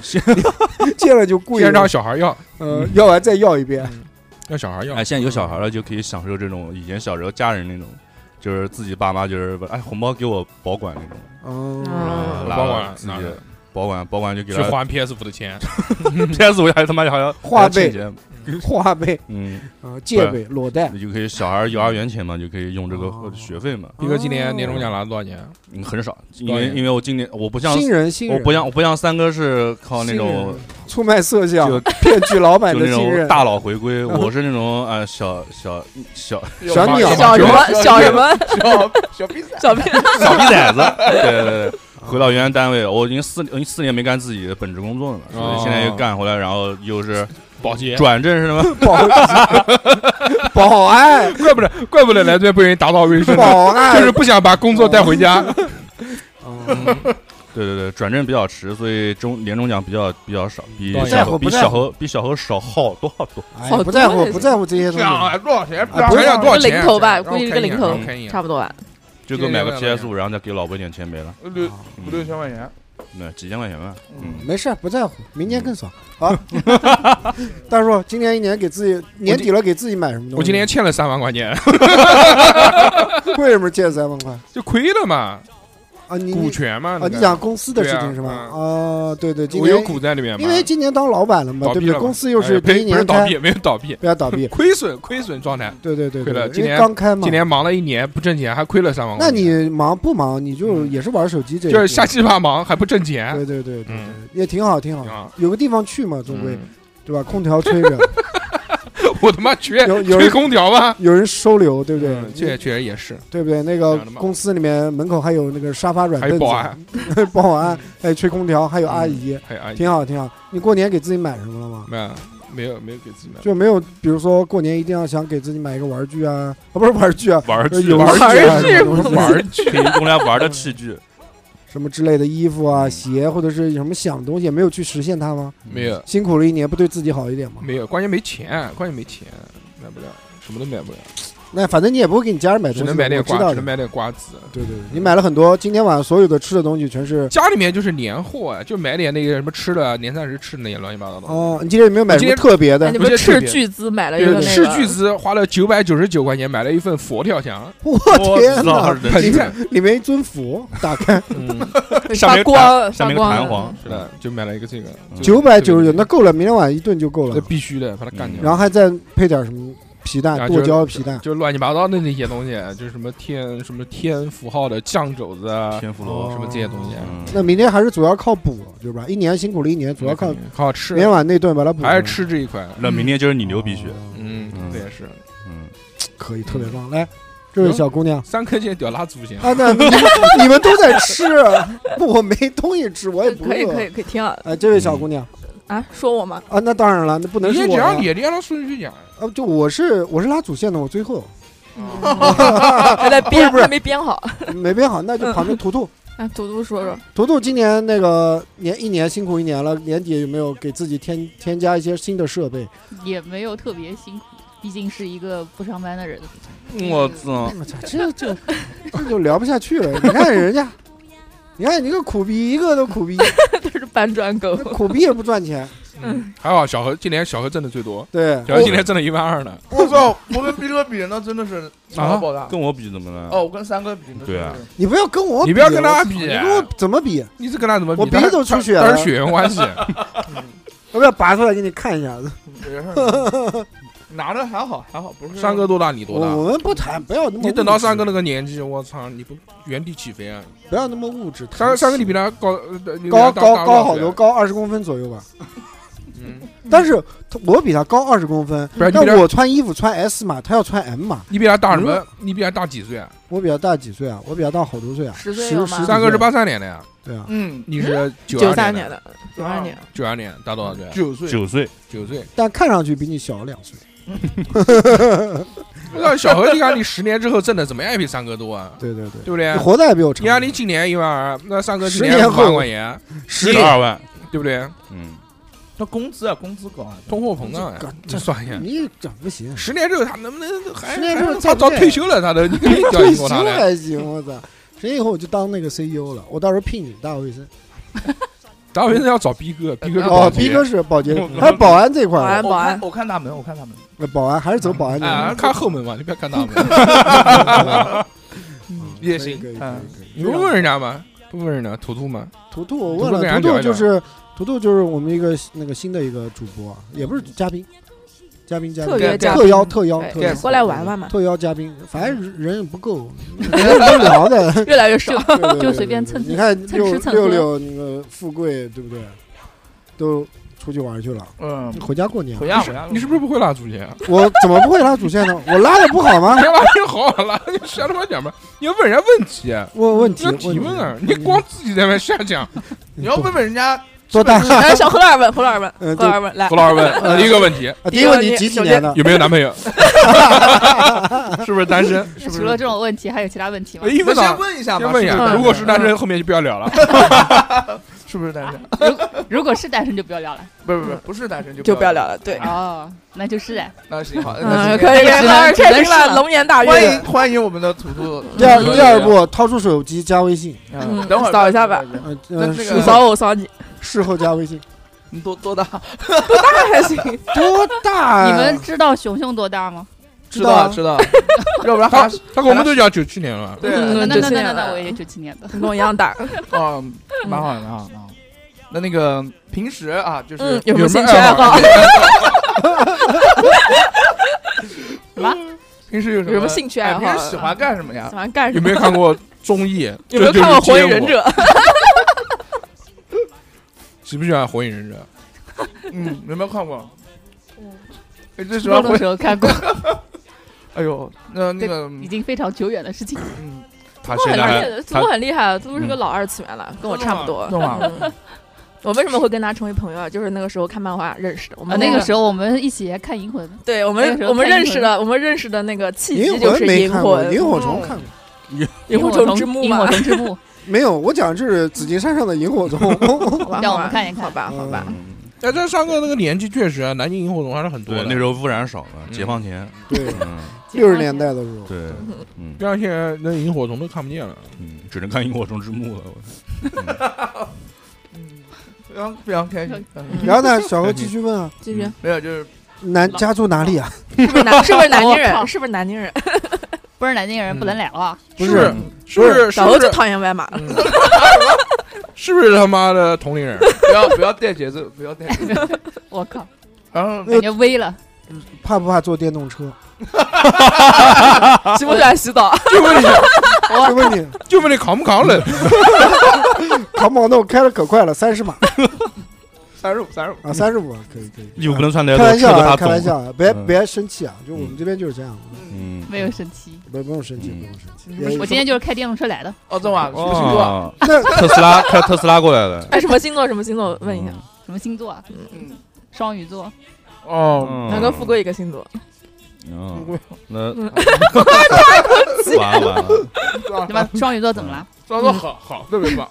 S2: <laughs> 见了就贵，
S4: 先让小孩要，
S2: 呃要完再要一遍。
S4: 让小孩要
S6: 哎，。现在有小孩了就可以享受这种以前小时候家人那种，就是自己爸妈就是哎红包给我保管那种，
S2: 哦，
S3: 嗯
S6: 拿
S4: 保
S6: 了
S4: 管
S6: 自己
S4: 拿了
S6: 保管保管就给
S4: 去
S6: <laughs> 他
S4: 还 PS 五的钱，
S2: 哦
S6: PS 五还他妈还要
S2: 话费，
S6: 还要欠钱
S2: 话呗
S6: 嗯，
S2: 啊，借呗，裸贷。
S6: 你就可以小孩幼儿园钱嘛，就可以用这个呃
S2: 哦
S6: 学费嘛，
S4: 毕哥今年年终奖拿了多少钱？
S6: 嗯很少，因
S4: 导
S6: 为
S4: 演
S6: 因为我今年我不像
S2: 新人新人，
S6: 我不像我不像三哥是靠那种
S2: 出卖色
S6: 就
S2: 相，骗取老板
S6: 就
S2: 的
S6: 那
S2: 信
S6: 种
S2: 任。
S6: 大佬回归，
S2: <laughs>
S6: 我是那种啊小小小
S2: 小啊鸟
S3: 小什
S4: 啊
S3: 么小
S4: <laughs>
S3: 什么
S7: 小小
S2: <laughs>
S7: 逼崽，
S3: 小屁
S6: <laughs> 小逼崽子，对对对，回到原来单位，我已经四已经四年没干自己的本职工作了嘛，所以
S4: 哦
S6: 现在又干回来，然后又是
S4: 保
S2: <laughs>
S4: 洁，
S6: 转正是什么？ <laughs>
S2: 保 <laughs> 保安，
S4: 怪不得怪不得来这边被人打扫卫生呢，
S2: 保安
S4: 就是不想把工作带回家。
S2: 哦
S6: 对对对，转正比较迟，所以中年终奖比较比较少，比
S4: 不
S6: 小
S2: 在
S6: 猴
S2: 乎
S6: 比
S2: 不在
S6: 小
S2: 乎
S6: 猴比小猴少好多好多。
S2: 哎
S3: 好多
S2: 不在乎
S3: 东西
S2: 不在乎这些东西。
S4: 多少钱
S2: 啊不是
S4: 想想多少钱？
S3: 零头吧
S4: 让我
S3: 估计是个
S4: 看一眼
S3: 零头
S4: 让我看一眼
S3: 差不多吧。
S6: 就给我买个
S4: 今年
S6: PS 五，然后再给老婆一点钱没了，
S7: <laughs> 六
S2: 啊
S7: 五六千块钱，
S6: 那几千块钱吧。嗯，
S2: 没事儿，不在乎，明年更爽
S4: <laughs>
S2: 啊！大叔，今年一年给自己年底了，给自己买什么东西？
S4: 我今年欠了三万块钱，
S2: 为什么借三万块
S4: 就亏了嘛，
S2: 啊？你
S4: 股权嘛。
S2: 啊，
S4: 那
S2: 你
S4: 个
S2: 讲公司的事
S4: 对
S2: 情
S4: 啊
S2: 是吧？
S4: 嗯
S2: 啊，对对，今
S4: 我
S2: 年
S4: 有股在里面嘛？
S2: 因为今年当老板了嘛，
S4: 倒
S2: 对不
S4: 闭
S2: 对？
S4: 了嘛，
S2: 公司又
S4: 哎
S2: 是
S4: 不
S2: 第一
S4: 不是
S2: 年
S4: 倒
S2: 开
S4: 闭，，没有倒闭，
S2: 不要
S4: <laughs>
S2: 倒闭，
S4: 亏损亏损状态。
S2: 对对对
S4: 亏了
S2: 对，
S4: 今
S2: 因为
S4: 年
S2: 刚开嘛
S4: 今。年忙了一年不挣钱，还亏了三万块
S2: 那
S4: 钱。
S2: 你忙不忙？你就也是玩手机这一
S4: 就是
S2: 步
S4: 瞎鸡巴忙还不挣钱
S2: 对对对对对
S4: 嗯，
S2: 也挺好，挺好，
S4: 啊！
S2: 有个地方去嘛，总归
S4: 嗯 <laughs>
S2: 对吧？空调吹着，
S4: 我他妈缺
S2: 有有
S4: 吹
S2: 人
S4: 空调吗？
S2: 有人收留，对不对？
S4: 嗯确确实也是，
S2: 对不对？那个
S4: 讲得嘛
S2: 公司里面门口还有那个沙发软
S4: 还
S2: 凳
S4: 有
S2: 子，
S4: 保安，
S2: <laughs>
S4: 嗯
S2: 保安，还有吹空调，还有阿姨，
S4: 还有阿姨，
S2: 挺好，挺好。你过年给自己买什么了吗？
S4: 哎没有没有没有给自己买。
S2: 就没有，比如说过年一定要想给自己买一个玩具啊， <laughs> 啊不是玩具啊，
S6: 玩
S2: <laughs>
S6: 儿
S2: 就是
S6: 具
S2: 游
S6: 玩儿
S2: 戏啊
S3: 具
S2: 什么东西
S4: 玩儿具
S6: 可以用来玩儿的器具，
S2: 什么之类的衣服啊、鞋或者是什么想东西，也没有去实现它吗？
S4: 没有
S2: 辛苦了一年，不对自己好一点吗？
S4: 没有，关键没钱，关键没钱，买不了，什么都买不了，
S2: 那反正你也不会给你家人买东西
S4: 只
S2: 的，
S4: 能买点
S2: 哎我知
S4: 瓜，
S2: 道
S4: 只
S2: 的
S4: 能。买点瓜子。
S2: 对对，对你买了很多，今天晚上所有的吃的东西全是。
S4: 家里面就是年货啊，就买点那个什么吃的啊，年三十吃的那些乱七八糟的。
S2: 哦，你今天有没有买什么特别
S3: 哎，
S2: 的
S3: 你？
S4: 不
S3: 们
S4: 是特
S3: 斥
S4: 别
S3: 巨资买了一
S4: 对
S3: 个那
S4: 对，
S3: 个
S4: 斥巨资花了九百九十九块钱买了一份佛跳墙，
S2: <laughs> 我
S6: 我
S2: 天
S6: 操
S2: 哪！
S6: 人
S2: 里
S6: 生
S2: 面里面一尊 <laughs> 佛，打开
S6: 上面
S3: 发
S6: 有
S3: 光
S6: 弹上面有
S3: 发光嗯
S6: 弹簧，
S4: 是的，嗯就买了一个这个
S2: 九百九十九，
S4: 九，
S2: 那够了，明天晚上一顿就够
S4: 那
S2: 了。嗯
S4: 必须的，把它干掉。
S2: 然后还再配点什么皮蛋，
S4: 啊
S2: 剁
S4: 就是
S2: 椒皮蛋。
S4: 就乱七八糟的那些东西，啊就是什么天什么天符号的酱肘子啊，
S6: 天妇
S2: 哦
S6: 罗
S4: 什么这些东西，啊
S6: 嗯，
S2: 那明天还是主要靠补，对吧？一年辛苦了一年，主要靠
S4: 肯
S2: 明
S4: 定靠吃，啊
S2: 天晚上那顿把它补回来。
S4: 还是吃这一块。
S6: 那明天就是你流鼻血，
S2: 哦
S4: 嗯
S6: 嗯，
S4: 这也是
S6: 嗯，
S2: 可以，特别棒。来，这位小姑娘。
S4: 三颗箭屌拉祖先。
S2: 啊，那你们你们都在吃，我没东西吃，我也不饿。
S3: 可以可以。可以挺好的
S2: 哎，这位小姑娘
S3: 啊，说我
S2: <laughs>
S3: 吗？ <laughs>
S2: 啊，那当然了，那不能
S4: 你
S2: 是
S4: 也
S2: 我呀。
S4: 讲，你也按照顺序讲。
S2: 啊，就我是我是拉主线的，我最后
S3: 还在编，
S2: 不是
S3: 还没编好。
S2: 没编好，那就旁边图图。
S3: <laughs> 啊，图图说说，
S2: 图图今年那个年一年辛苦一年了，年底有没有给自己添添加一些新的设备？
S5: 也没有特别辛苦，毕竟是一个不上班的人。
S6: 我操，
S2: 我操，这就 <laughs> 这就聊不下去了。你看人家，你看你这个苦逼，一个都苦逼，
S3: 他是搬砖狗
S2: 那。苦逼也不赚钱，
S3: 嗯，
S4: 还好小何今年小何挣的最多，
S2: 对，
S4: 小何今年挣了一万二呢。
S7: <laughs> 我操！我跟逼哥比，那真的 <laughs> 是超
S4: 啊
S7: 爆炸。
S6: 跟我比怎么了？
S7: 哦，我跟三哥比，那真的
S6: 对啊
S7: <laughs> 是
S2: 你不要跟我比，
S4: 你不要跟他
S2: 我
S4: 比
S2: 你跟我怎么比？
S4: 你是跟他怎么比？
S2: 我鼻子都出血了
S4: 他他是血缘关系。
S2: 要不要拔出来给你看一下子？
S7: 没事 <laughs> 儿拿着还好，还好不是
S4: 山哥多大？你多
S2: 我我
S4: 大？
S2: 们不谈，不要那么物质。
S4: 你等到山哥那个年纪，我操，你不原地起飞啊？
S2: 不要那么物质。
S4: 山山哥你比他高呃你比他
S2: 高
S4: 大
S2: 高
S4: 大
S2: 高
S4: 多
S2: 好
S4: 少
S2: 多，
S4: 岁
S2: 高二十公分左右吧。
S4: 嗯，
S2: 但是他我比他高二十公分，
S4: 不是你比
S2: 但
S4: 他
S2: 我穿衣服穿 S 码，他要穿 M 码。
S4: 你比他大什么？你比他大几岁啊？
S2: 我比他大几岁啊？我比他大好多岁啊，
S3: 十
S2: 十
S3: 岁有吗
S2: 十
S4: 山哥是
S2: 吧？
S4: 八三年的呀，
S2: 对啊，
S7: 嗯，
S4: 你是
S3: 九
S4: 三
S3: 三年，的，啊九二年，
S4: 九二年大多少岁啊？
S7: 九岁
S6: 九岁，
S4: 九岁。
S2: 但看上去比你小两岁。
S4: 那小何，你看你十年之后挣的怎么样也比三哥多啊，
S2: 对对对，
S4: 对不对
S2: 你？活的也比我长。
S4: 你看你今年一万二，那三哥今
S2: 十年
S4: 五
S2: 后
S4: 万块钱，
S2: 十
S6: 十二万，
S4: 对不对？
S6: 嗯，
S7: 那工资啊，工资高啊，
S4: 通货膨胀呀，
S2: 这
S4: 你算一下。
S2: 你长不行，
S4: 十年之后他能不能还
S2: 十年之后
S4: 还
S2: 再
S4: 他
S2: 不
S4: 早
S2: 见
S4: 退休了，他
S2: <laughs>
S4: 都你可以叫
S2: 退
S4: 英
S2: 休
S4: 国他来。
S2: 还行，我操！十年以后我就当那个 CEO 了，我到时候聘你大卫生。
S4: 咱们现在要找逼哥，逼哥是保
S2: 哦，
S4: 洁
S2: 逼哥是保洁
S6: 我，
S2: 还有保安这块
S3: 保安
S2: 儿
S3: 保安
S7: 我看我看大门，我看大门，
S2: 呃，保安还是走保安这
S4: 啊，
S2: 块。
S4: 看后门嘛，你不要看大门。
S2: <laughs>
S4: 也行，
S2: 可以可以可以可
S7: 嗯
S2: 以。啊
S4: 你不问人家吗？不问人家，图图吗？
S2: 图图，我
S4: 图
S2: 问
S4: 图跟
S2: 了，
S4: 人
S2: 图
S4: 家聊
S2: 图
S4: 一
S2: 就
S4: 聊
S2: 是图图就是我们一个那个新的一个主播，也不是嘉宾，嘉宾嘉
S3: 特
S2: 宾
S3: 约嘉
S2: 特邀
S3: 宾
S2: 特邀
S3: 对
S2: 特邀
S3: 过来玩玩
S5: <laughs>
S3: 嘛
S2: 特邀嘉宾，反正人也不够，人也不聊
S3: <laughs>
S2: 的，
S3: 越来越 <laughs> 少。
S2: <laughs> 对对对
S5: 就随便
S2: 对
S5: 蹭
S2: 你看
S5: 蹭
S2: 六
S5: 吃蹭
S2: 六
S5: 喝
S2: 六那个富贵对不对？都出去玩去了，
S7: 嗯，
S2: 回家过年
S7: 回。家回
S2: 嗯
S7: 家，
S4: 你是不是不会拉主线啊？ <laughs>
S2: 我怎么不会拉主线呢？我拉的不好吗？
S4: 别拉就好好拉，你瞎他妈讲吧。你要问人家问题啊，
S2: 问问
S4: 你
S2: 题
S4: 要提问啊，你
S2: 嗯
S4: 光自己在那瞎讲。
S7: 你要问问人家
S2: 多大？
S3: 来，哎小何老师问，呃何老师
S2: 嗯
S3: 问，何老师问，来
S4: 胡，老师问第一个问题，
S2: <laughs> 啊第一个问题几几年的？
S4: 有没有男朋友？ <laughs> 是不是单
S2: <laughs>
S4: 身？
S5: 那除了这种问题，还有其他问题吗
S4: 哎？一
S7: 你
S4: 问
S7: 们先
S4: 到
S7: 问一下嘛，
S4: 先问一
S7: 是不
S4: 下，
S7: 是
S4: 如果是单
S2: 嗯
S4: 身，后面就不要聊了。
S7: 是不是单身？
S3: <laughs>
S5: 如果是单身就不要聊了。
S7: 不是不是不是单身就
S3: 就不要聊
S7: 聊，
S3: 了，对，
S5: 哦，那就是哎
S7: 那行好，那
S3: 嗯，
S7: 今
S3: 可
S7: 天
S3: 以，
S5: 只
S3: 可以
S5: 能只能
S3: 开心
S5: 是
S3: 了，龙颜大
S7: 欢
S3: 悦
S7: 迎。欢迎我们的图图，
S2: 第二
S4: 对
S2: 第二步，掏出手机加微信，
S3: 嗯
S7: 等会儿
S3: 扫一下吧，
S2: 呃
S7: 那
S2: 呃，
S7: 这
S2: 事
S7: 个
S2: 后
S3: 扫我扫 <laughs> 你，
S2: 事后加微信，
S7: 你多多大？
S3: 那还 <laughs> 行。
S2: 多大？
S5: 你们知道熊熊多大吗？
S2: 知道啊
S7: 知道， <laughs> 要不然
S4: 他
S3: <laughs>
S7: 他
S4: 他跟我
S2: 嗯
S4: 们都讲九七年了，
S7: 对
S3: 嗯
S5: 那那
S3: 97
S5: 那那
S3: 年
S5: 那
S3: 了
S5: 我也九七年的。
S3: 跟我一样大，
S7: 啊，蛮好的，蛮好的，蛮好的。那那个平时啊，就是
S3: 嗯，有没
S4: 有啊什
S3: 有兴
S4: 么
S3: 趣
S4: 爱
S3: 爱
S2: 啊
S3: 好？
S7: 平时有什
S3: 有什么兴趣爱好啊嗯
S7: 哎平时喜欢干什么呀
S3: 喜？欢干
S4: <laughs>
S3: 什
S4: 有
S3: 么
S4: 没？有看过综艺？
S3: <laughs> 有没
S4: 这就
S3: 有
S4: 是
S3: 看过《火
S4: 街
S3: 影
S4: 舞
S3: 忍者》？
S4: 喜不喜欢《火影忍者》？
S7: 嗯，有没有看过？
S3: 嗯
S7: 哎，最喜
S5: 初中
S7: 欢
S5: 的
S7: 会，
S5: 时候看过，
S7: 哎呦，那那个，
S5: 已经非常久远的事情。
S7: 嗯，
S6: 他
S3: 我
S6: 现
S3: 很
S6: 在
S3: 厉
S6: 还
S3: 害，
S6: 他
S3: 我很厉害，都是个老二次元了，跟我差不多。
S7: 懂吗？
S3: <laughs> 我为什么会跟他成为朋友啊？就是那个时候看漫画认识的。我
S5: 啊，
S3: 们
S5: 那个时
S3: 候，
S5: 候我们一起还看《银魂》，
S3: 对我
S5: 那
S3: 们
S5: 个时候
S3: 我们
S5: 看
S3: 认识
S5: 银
S3: 的，我们认识的那个契机
S2: 银
S3: 就
S2: 魂
S3: 是
S2: 没
S3: 银
S2: 看过，
S3: 魂
S2: 萤，火虫看过。
S3: 萤火虫之墓
S5: 萤火
S3: 嘛。
S5: 虫之墓，
S2: 没有，我讲的是紫金山上的萤火虫。
S3: 好吧
S5: <laughs> 让我
S3: 好吧
S5: 们看一看
S3: 好吧，好吧。
S6: 嗯
S4: 哎，这上哥那个年纪确实，啊，南京萤火虫还是很多
S6: 对
S4: 的。
S6: 那时候污染少了，
S4: 嗯
S6: 解放前，
S2: 对，
S6: 嗯，
S2: 六十年代的时候，
S6: 对，嗯
S4: 就像现在那萤火虫都看不见了。
S6: 嗯，只能看萤火虫之墓了。
S7: 非常非常开心。嗯
S2: 然后呢，小何继续问啊，
S3: 嗯继续，
S7: 没有，就是
S2: 南家住哪里啊？
S3: 是不是南？是不是南京
S5: 我靠
S3: 人？是不是南京人？
S5: <laughs> 不是南京
S3: 嗯
S5: 人不能来了。啊
S2: 不
S4: 是
S2: 是，
S4: 是不是？是
S3: 小
S4: 不？
S3: 欧就是讨厌外码了。
S4: 嗯是不是他妈的同
S3: <laughs>
S4: 龄人？
S7: 不要不要带节奏，不要带节奏。
S5: 我靠，
S7: 然
S4: 啊
S7: 后
S3: 呃
S5: 感觉微了。
S2: 怕不怕坐电动车？
S3: 喜不喜欢洗澡？
S4: 就问你，
S2: 就问你，
S4: 就问你扛不扛冷？
S2: 扛毛豆开的可快了，三十码
S7: 三十五，三十五，
S2: 啊，三十五，可以可以。
S6: 利物浦能穿来
S2: 开
S6: 的，
S2: 玩
S6: 车
S2: 笑
S6: 都怕走
S2: 啊，开玩笑，啊，别
S6: 嗯
S2: 别生气啊，就我们这边就是这样，
S6: 嗯，
S5: 没有生气。
S2: 不不用生气，不用生气。也
S5: 我今天就是开电动车来的，
S7: 哦，这晚什么星座？
S6: 哦，
S2: 那
S6: 特斯拉开特斯拉过来的，
S3: <laughs> 哎，什么星座？什么星
S6: 嗯
S3: 座？问一下。
S5: 什么星座啊？
S7: 嗯，
S5: 双鱼座。
S7: 哦，
S6: 嗯，
S3: 他跟富贵一个星座。
S6: 嗯，
S5: <laughs>
S6: 那 <laughs>
S3: 嗯
S6: 完了完了，
S3: 哦
S5: 对吧？双鱼座 <laughs> 怎么了？
S7: 双子座好好，特别棒。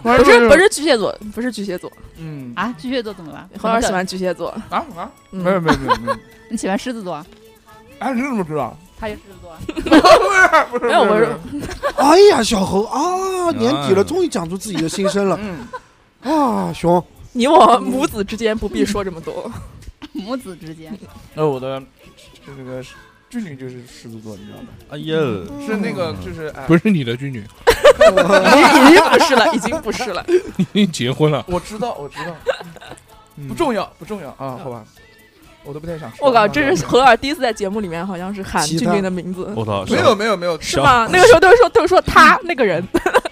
S3: 不是不，是巨蟹座，不是巨蟹座。
S7: 嗯
S5: 啊，巨蟹座怎么了？
S3: 何老师喜
S5: 怎么
S3: 欢巨蟹座。
S7: 啊啊，
S3: 嗯
S7: 没有没有没有 <laughs> 没有，
S5: 的你喜欢狮子座啊？
S7: 哎，你怎么知道？
S5: 他也狮子座啊。
S7: 不是
S3: 没有
S7: 不是
S3: 我是
S7: 不是，
S2: 哎呀，小何啊，年底了，终于讲出自己的心声了
S7: 嗯，
S2: 啊，熊，
S3: 你我母子之间不必说这么多。
S5: <laughs> 母子之间，
S7: 那我的就这个俊俊就是狮子座，你知道吗？
S6: 哎呦，
S2: 嗯
S7: 是那个就是哎，
S4: <laughs> 不是你的闺女，
S3: 已经不是 <laughs> 了，已经不是了。
S4: 已经结婚了，
S7: 我知道我知道，不重要不重要啊，好吧，我都不太想说。啊
S3: 我靠，这是何尔第一次在节目里面好像是喊
S2: 其
S3: 俊
S2: 他
S3: 俊的名字，
S6: 我操，
S7: 没有没有没有，
S3: 是吗？那个时候都是说都是说他那个人，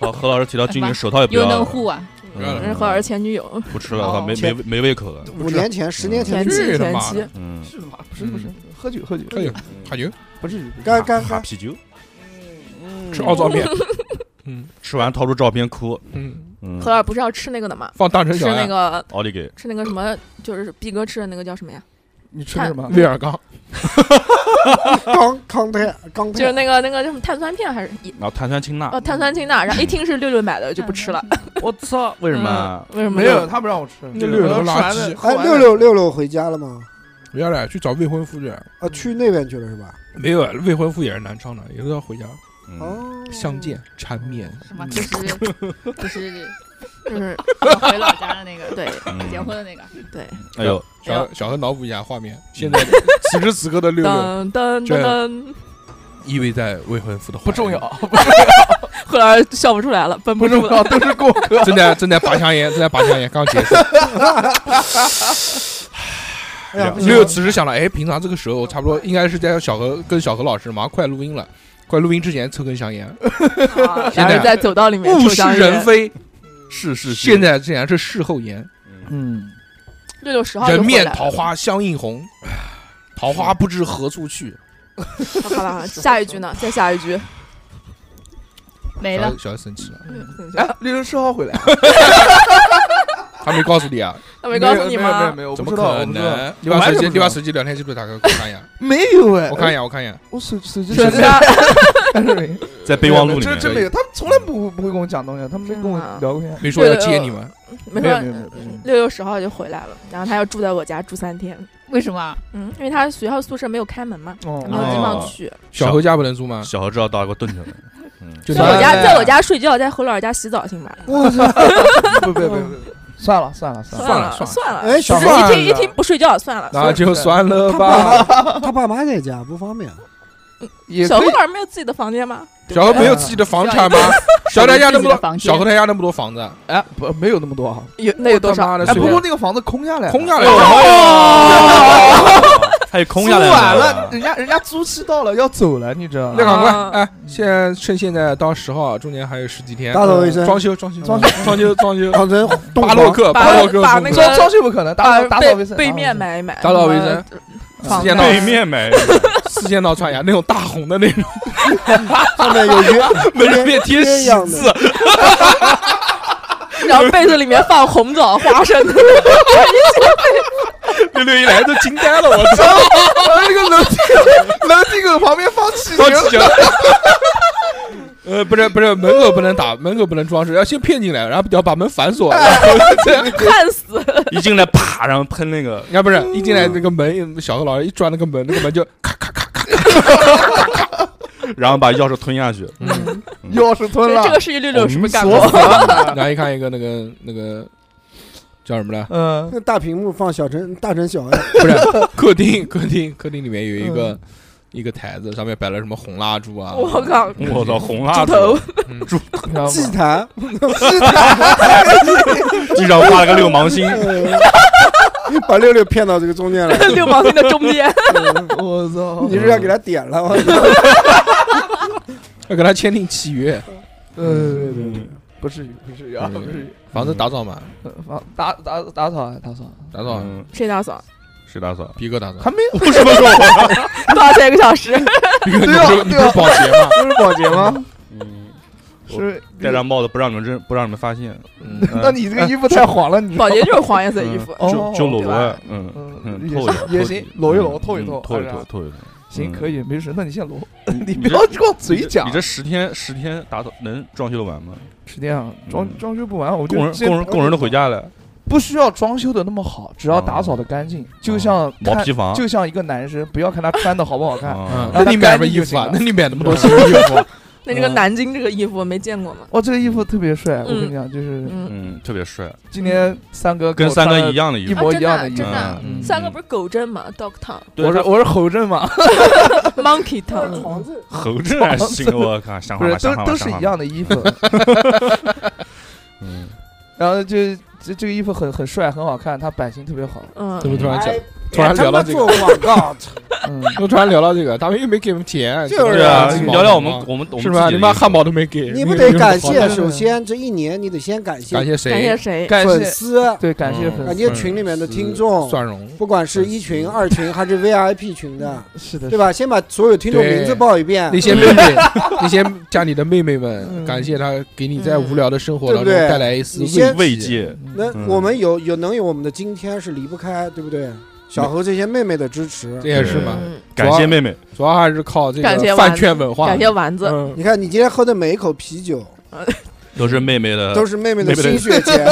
S6: 好，何老师提到今年手套也不
S5: 又
S6: 要
S5: 能
S6: 了，
S5: 护啊，
S6: 嗯
S4: 不要
S3: 是何尔呃前女友，
S6: 不吃了，我操，
S5: 哦
S6: 没没没胃口了，
S2: 五年前、十年
S3: 前
S2: 前
S4: 去
S3: 妻
S4: 他
S3: 前
S4: 妈
S3: 妻
S4: 的，
S6: 嗯，
S3: <laughs>
S7: 是吗？不是不是，喝酒喝酒
S4: 哎呦，还有
S7: 不是
S2: 该该
S6: 哈
S2: 该
S6: 啤酒，哦
S4: 吃奥灶面，
S3: <laughs>
S4: 嗯
S6: 吃完掏出照片哭，
S4: 嗯，
S6: 嗯
S3: 何，尔不是要吃那个的吗？
S4: 放大城
S3: 吃
S4: 小
S3: 那
S4: 爱，
S3: 个
S6: 奥利给，
S3: 吃那个什么，就是毕哥吃的那个叫什么呀？
S7: 你吃什么？
S4: 威尔刚，
S2: 钢钢铁钢
S3: 就是
S2: 铁，
S3: 那个那个叫什么碳酸片还是一
S6: 然后碳酸氢钠
S3: 哦，碳酸氢钠，然后一听是六六买的就不吃了。
S6: 我操，为什么？
S3: 为什么
S7: 没有，？他不让我吃。
S4: 那六六
S7: 我
S4: 垃
S7: 要吃完
S4: 圾
S7: 了，喝
S2: 哎，
S7: 完
S2: 六
S7: 了
S2: 六六六回家了吗？
S4: 不要了，去找未婚夫去，
S2: 啊，去那边去了是吧？
S4: 没有，未婚夫也是南昌的，也是要回家
S6: 嗯，
S2: 哦，
S4: 相见缠绵，
S5: <laughs> 什
S3: 嗯
S5: 么
S3: <laughs>
S5: 就是就是 <laughs>
S3: 就是
S5: 回老家的那个，
S3: 对
S6: 嗯
S5: 结婚的那个，
S3: 对，
S6: 哎呦，
S3: 哎
S4: 小
S3: 呦
S4: 小何脑补一下画面，现在此时此刻的六六
S3: 噔噔
S4: 这
S3: 噔噔，
S4: 依偎在未婚夫的怀
S7: 不
S4: 里 <laughs>
S7: 重要，，
S3: 后来笑不出来了，绷不
S7: 不重
S3: 住
S7: 要，
S3: 了。
S7: 都是过客。
S4: 正在正在拔香烟，正在拔香烟，刚结束。
S2: 哎呀，不行
S4: 六六此时想了，哎，平常这个时候差不多应该是在小何跟小何老师马上快录音了，快录音之前抽根香烟，
S3: 啊
S4: 现
S3: 然
S4: 在
S3: 后在走道里面
S4: 物
S3: 抽
S4: 是
S3: 香
S4: 人
S3: 烟。
S4: 非。
S6: 是是，是
S4: 现，在竟然是事后言，
S7: 嗯，
S3: 六六十号就
S4: 人
S3: 回
S4: 面
S3: 来了。
S4: 桃花相映红，桃花不知何处去。
S3: 好吧，好吧下一句呢？再 <laughs> 下一句。
S5: 没
S4: 小
S5: 了
S4: 何，小何生气了，
S3: 嗯
S7: 哎，六六十号回来，
S3: <laughs>
S4: 他没告诉你啊？
S3: 他没告诉你
S7: 没有
S3: 吗
S7: 没？有，我
S4: 怎
S7: 不
S4: 么
S7: 知道，
S4: 可
S7: 我不知道
S4: 能？你
S7: 我
S4: 把
S7: 还
S4: 手机，
S7: 是不
S4: 你
S7: 知
S4: 把
S7: 道
S4: 手机聊天记录打开，我看一 <laughs> 下，
S7: 没有哎，
S4: 我看一下，我看一下。
S7: 我手手机
S3: 手机啊
S6: 在备忘录里
S7: 这
S6: 面，
S7: 真没有，他们从来不不会跟我讲东西，他们没跟我
S3: 真的吗
S7: 聊过天。
S4: 没说要接你们，
S3: 没
S7: 没有
S3: 说
S7: 没有没有没有
S3: 六六十号就回来了，然后他要住在我家住三天。
S5: 为什么？啊
S3: 嗯，因为他学校宿舍没有开门嘛，
S7: 哦
S3: 没有
S7: <laughs>
S3: 地方去。
S4: 小何家不能住吗？
S6: 小何知道到一个盾去了，嗯，
S4: 就
S3: 在我家，
S7: 哎
S3: 在我家睡觉，在何老师家洗澡行吧？
S7: 嗯
S2: 我操！
S7: 不不不不，
S3: 嗯
S7: 算了算了算了，
S4: 算了
S3: 了，算了。
S2: 哎，小
S3: 不
S2: 孩
S3: 是
S2: 儿
S3: 一听一听不睡觉，算了。
S4: 那就算了
S2: 他
S4: 吧。
S2: 爸妈他爸妈在家不方便，
S7: 也
S3: 小
S7: 可
S3: 何
S7: 以
S3: 老师没有自己的房间吗？
S4: 小何没有自己的房产吗？小何他家那么多，小何他家那么多房子，啊
S7: 哎，不没有那么多哈。
S3: 有那有多
S4: 他
S3: 少？哎
S4: 妈的
S7: 哎，
S4: 随
S7: 不
S4: 便
S7: 过那个哎房子空下来了，
S4: 空下来
S7: 哦
S6: 还有空下来
S7: 租完了，人家人家租期到了要走了，你知道
S4: 那
S7: 吗？
S4: 赶
S3: 啊
S4: 快，哎，现在趁现在到十号，中间还有十几天，呃
S2: 打扫卫生，
S4: 装修装修啊
S2: 装
S4: 装修装修，
S2: 当成洞
S4: <laughs> 巴
S2: 房
S4: 洛克
S3: 把
S4: 巴洛克
S3: 把
S4: 风格
S3: 那个
S7: 装装修不可能，打
S3: 把
S7: 扫打扫卫
S3: 背
S7: 生，
S3: 背呃面买一嗯买，
S4: 打扫卫生，
S3: 房
S7: 嗯
S4: 四件
S3: 间
S4: 套
S6: 嗯背面买，
S4: 四件套穿一下，那种大红的 <laughs> 那种，
S2: 上面有
S4: <laughs>
S2: 鸳
S6: 没人变贴
S2: 鸳
S6: 喜
S2: 鸯
S6: 字
S2: 的，，
S3: 然后被子里面放红枣、
S4: <laughs>
S3: 花生，
S6: 六六一来都惊呆了，我 <laughs> 操，
S7: 那个楼梯楼梯口旁边 <laughs>
S4: <laughs>
S7: 放汽
S4: 装
S7: 油，
S4: 起呃，不是不是，门口不能打，门口不能装饰，要先骗进来，然后要把门反
S7: <laughs>
S4: 锁，然后再
S3: 焊死。
S6: 一进来啪，然后喷那个，
S4: 要不
S7: 嗯
S4: 是一进来那个门，小何老师一转那个门，那个门就
S6: 然后把钥匙吞下去，
S4: 嗯，
S7: 钥匙吞
S3: 这
S7: 了
S3: 个，事情六六是不是干
S7: 我
S3: 过
S7: 们？锁了
S4: <laughs> 然后一看一个那个那个叫什么来？
S7: <laughs> 嗯，
S2: 那大屏幕放小城大城小爱，
S4: 不是客厅，客厅，客厅里面有一
S7: 嗯
S4: 个一个台子，上面摆了什么红蜡烛啊？
S3: 我
S4: <laughs>
S3: 靠，
S6: 我操，红蜡
S3: 猪
S6: 烛，
S3: 头
S7: 嗯你知道吗
S2: 祭坛，
S4: <laughs>
S6: 地上画了个六
S2: <laughs>
S6: 芒星，
S2: 呃把六六骗到这个中间来，
S3: <laughs> 六毛钱的中
S4: <laughs>
S3: 间，
S7: 我操！
S4: 嗯
S2: 你是要给他点了 <laughs> 吗？
S4: 要跟他签订契约，
S7: 嗯呃，不至于，不至于啊，不至于。
S4: 房子打扫嘛，
S7: 呃房打打打扫啊，打扫啊，
S4: 打扫，
S6: 嗯，
S3: 谁打扫？
S6: 谁打扫？
S4: 逼哥打扫，
S7: 还没有，
S6: 为什么说我？
S3: 多少钱一个
S4: <laughs>
S3: 小时？
S4: 逼哥你不
S7: 对啊
S4: 是你不
S7: 对
S4: 是
S7: 啊
S4: 保洁吗？
S7: 不是保洁吗？
S6: 嗯，
S7: 是。
S6: 戴上帽子不让你们认，不让你们发现，
S4: 嗯，
S7: 那你这个衣服太黄了，你知道
S3: 保
S7: 吗
S3: 洁就是黄颜色衣服，
S7: 哦
S6: 嗯就就裸
S3: 对吧
S6: 裸，嗯
S7: <laughs> 嗯
S6: 嗯，
S7: 也
S6: 透一下
S7: 行也行，
S6: 透
S7: 搂
S6: 一
S7: 一
S6: 下
S7: 搂，透一
S6: 嗯
S7: 透，
S6: 透一
S7: 是吧
S6: 透，透一透。
S7: <laughs>
S6: 嗯
S7: 行，可以，没事。那你先搂， <laughs> 你
S6: 你
S7: 不要跟我嘴讲
S6: 你。这十天十天打扫能装修得完吗？
S7: 是这样，装
S6: 嗯
S7: 装修不完，我就
S6: 工人
S7: 先
S6: 工人工人都回家了，
S7: 不需要装修的那么好，只要打扫的干净，就像
S6: 哦毛
S7: 看
S6: 坯房，
S7: 就像一个男生，不要看他穿的好不好看，
S6: <laughs>
S4: 嗯
S6: 啊，
S4: 那你买什么衣服啊？
S7: 让他干净就行了
S4: 那你买那么多新衣服，
S3: 那这个
S7: 嗯
S3: 南京这个衣服没见过吗？
S7: 哇，这个衣服特别帅，我跟
S3: 嗯
S7: 你讲，就是
S3: 嗯，
S6: 嗯，特别帅，
S7: 今天三哥给
S6: 跟
S7: 我穿
S6: 三
S7: 了
S6: 哥一样的衣
S7: 一
S6: 服。
S7: 模
S3: 啊
S7: 一
S4: 哦
S7: 样的衣服
S3: 真的，
S7: 嗯
S3: 三个不是狗镇嘛，Dog
S4: <laughs>
S3: Town，Monkey
S6: 对
S7: 我是
S6: 他
S7: 我是侯震嘛，
S3: Town，
S2: 房子
S6: <laughs> 猴子还行，我靠，想
S7: 不
S6: 法
S7: 是
S6: 吧，
S7: 都
S6: 想法吧
S7: 都是一。样的
S6: <laughs>
S7: 衣服，
S6: 想法吧嗯，
S7: 然后就这这个衣服很很帅，很好看，它版型特别好，
S3: 嗯
S4: 怎，么突然讲
S2: 哎？
S4: 突然聊到这个
S2: 别他妈做广告，操
S6: <laughs>
S7: 嗯，
S4: 我突然聊到这个，他们又没给我们钱，
S2: 就是
S6: 对啊，
S4: 鸡毛
S6: 聊聊我
S4: 毛
S6: 们我们我们
S4: 是吧？
S6: 自己的
S4: 你妈
S6: 衣服
S4: 汉堡都没给，
S2: <laughs> 你不得感
S4: <laughs> 那
S2: 谢？
S4: 个
S2: 首先这一年你得先感
S4: 感
S2: 谢
S4: 谢
S3: 感谢
S4: 谁？
S3: 谁？
S7: 感
S2: 粉
S7: 谢
S2: 丝，
S7: 对感谢
S6: 嗯
S7: 粉
S2: 感
S7: 丝，
S2: 谢啊群里面的听众，
S4: 蒜蓉，
S2: 不管是一群、二群还是 VIP 群的，
S6: 嗯
S7: 是的，
S2: 对吧？先把所有听众
S4: 对
S2: 名字报一遍
S4: 那，些妹
S2: <laughs>
S4: 妹，那些家里的妹妹们，
S7: 嗯
S4: 感谢她给你在无聊的生活当中
S2: 对不对
S4: 带来一丝
S2: 你先
S6: 慰
S4: 慰藉。
S6: 藉，
S2: 那
S6: 嗯
S2: 我们有有能有我们的今天是离不开，对不对？小何这些妹妹的支持
S4: 这，也是嘛，
S3: 嗯，
S6: 感谢妹妹，
S4: 主要还是靠这
S3: 感谢
S4: 个
S3: 丸
S4: 饭圈文化。
S3: 感谢丸子，
S4: 嗯，
S2: 你看你今天喝的每一口啤酒，
S6: 都是妹妹的，
S2: 都
S6: 是
S2: 是妹妹
S6: 呃妹妹
S2: 的
S6: 的
S2: 心血钱，
S6: <laughs>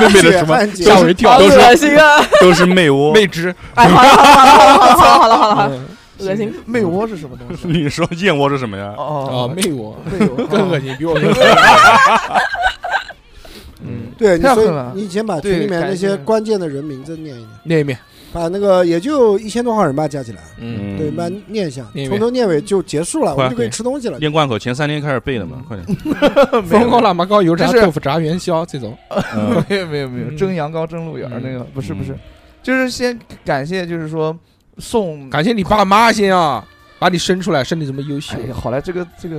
S6: 妹妹的
S2: 血
S6: 什么？
S2: 汗钱
S4: 吓。我一跳，
S3: 好
S4: 都是
S3: 恶心啊！
S4: <laughs>
S6: 都是妹窝。
S4: 妹汁。
S3: 哎，好了好了好了好了好了好了，
S4: 嗯
S3: 恶心。
S7: 魅窝是什么东
S6: <laughs>
S7: 西？
S6: 你说燕窝是什么呀？
S4: 啊，
S2: 嗯
S7: <laughs> 哦，
S4: 妹我
S7: 魅窝
S4: 更恶
S7: 哦
S4: 心，比我更恶心。 <laughs> 嗯，
S2: <laughs> 对，你
S7: 太
S2: 所
S7: 狠了
S2: 以你先把群里面那
S7: 对
S2: 些
S7: 感谢
S2: 关键的人名字念一念，
S4: 念一遍，
S2: 把那个也就一千多号人吧加起来，
S4: 嗯，
S2: 对，把它念一下，
S4: 念一遍
S2: 从头念尾就结束了，我
S6: 快
S2: 们就可以吃东西了。
S6: 练贯口前三天开始背的嘛，快点。
S4: 风高喇嘛糕、油炸
S7: 这是
S4: 豆腐炸元宵这种，
S6: 嗯
S7: <laughs> 没有没有没有，
S4: 嗯
S7: 蒸羊羔蒸鹿眼儿那个不是不是
S6: 嗯，
S7: 就是先感谢，就是说送
S4: 感谢你爸妈先啊，把你生出来，生你这么优秀
S7: 哎，呀，好了，这个这个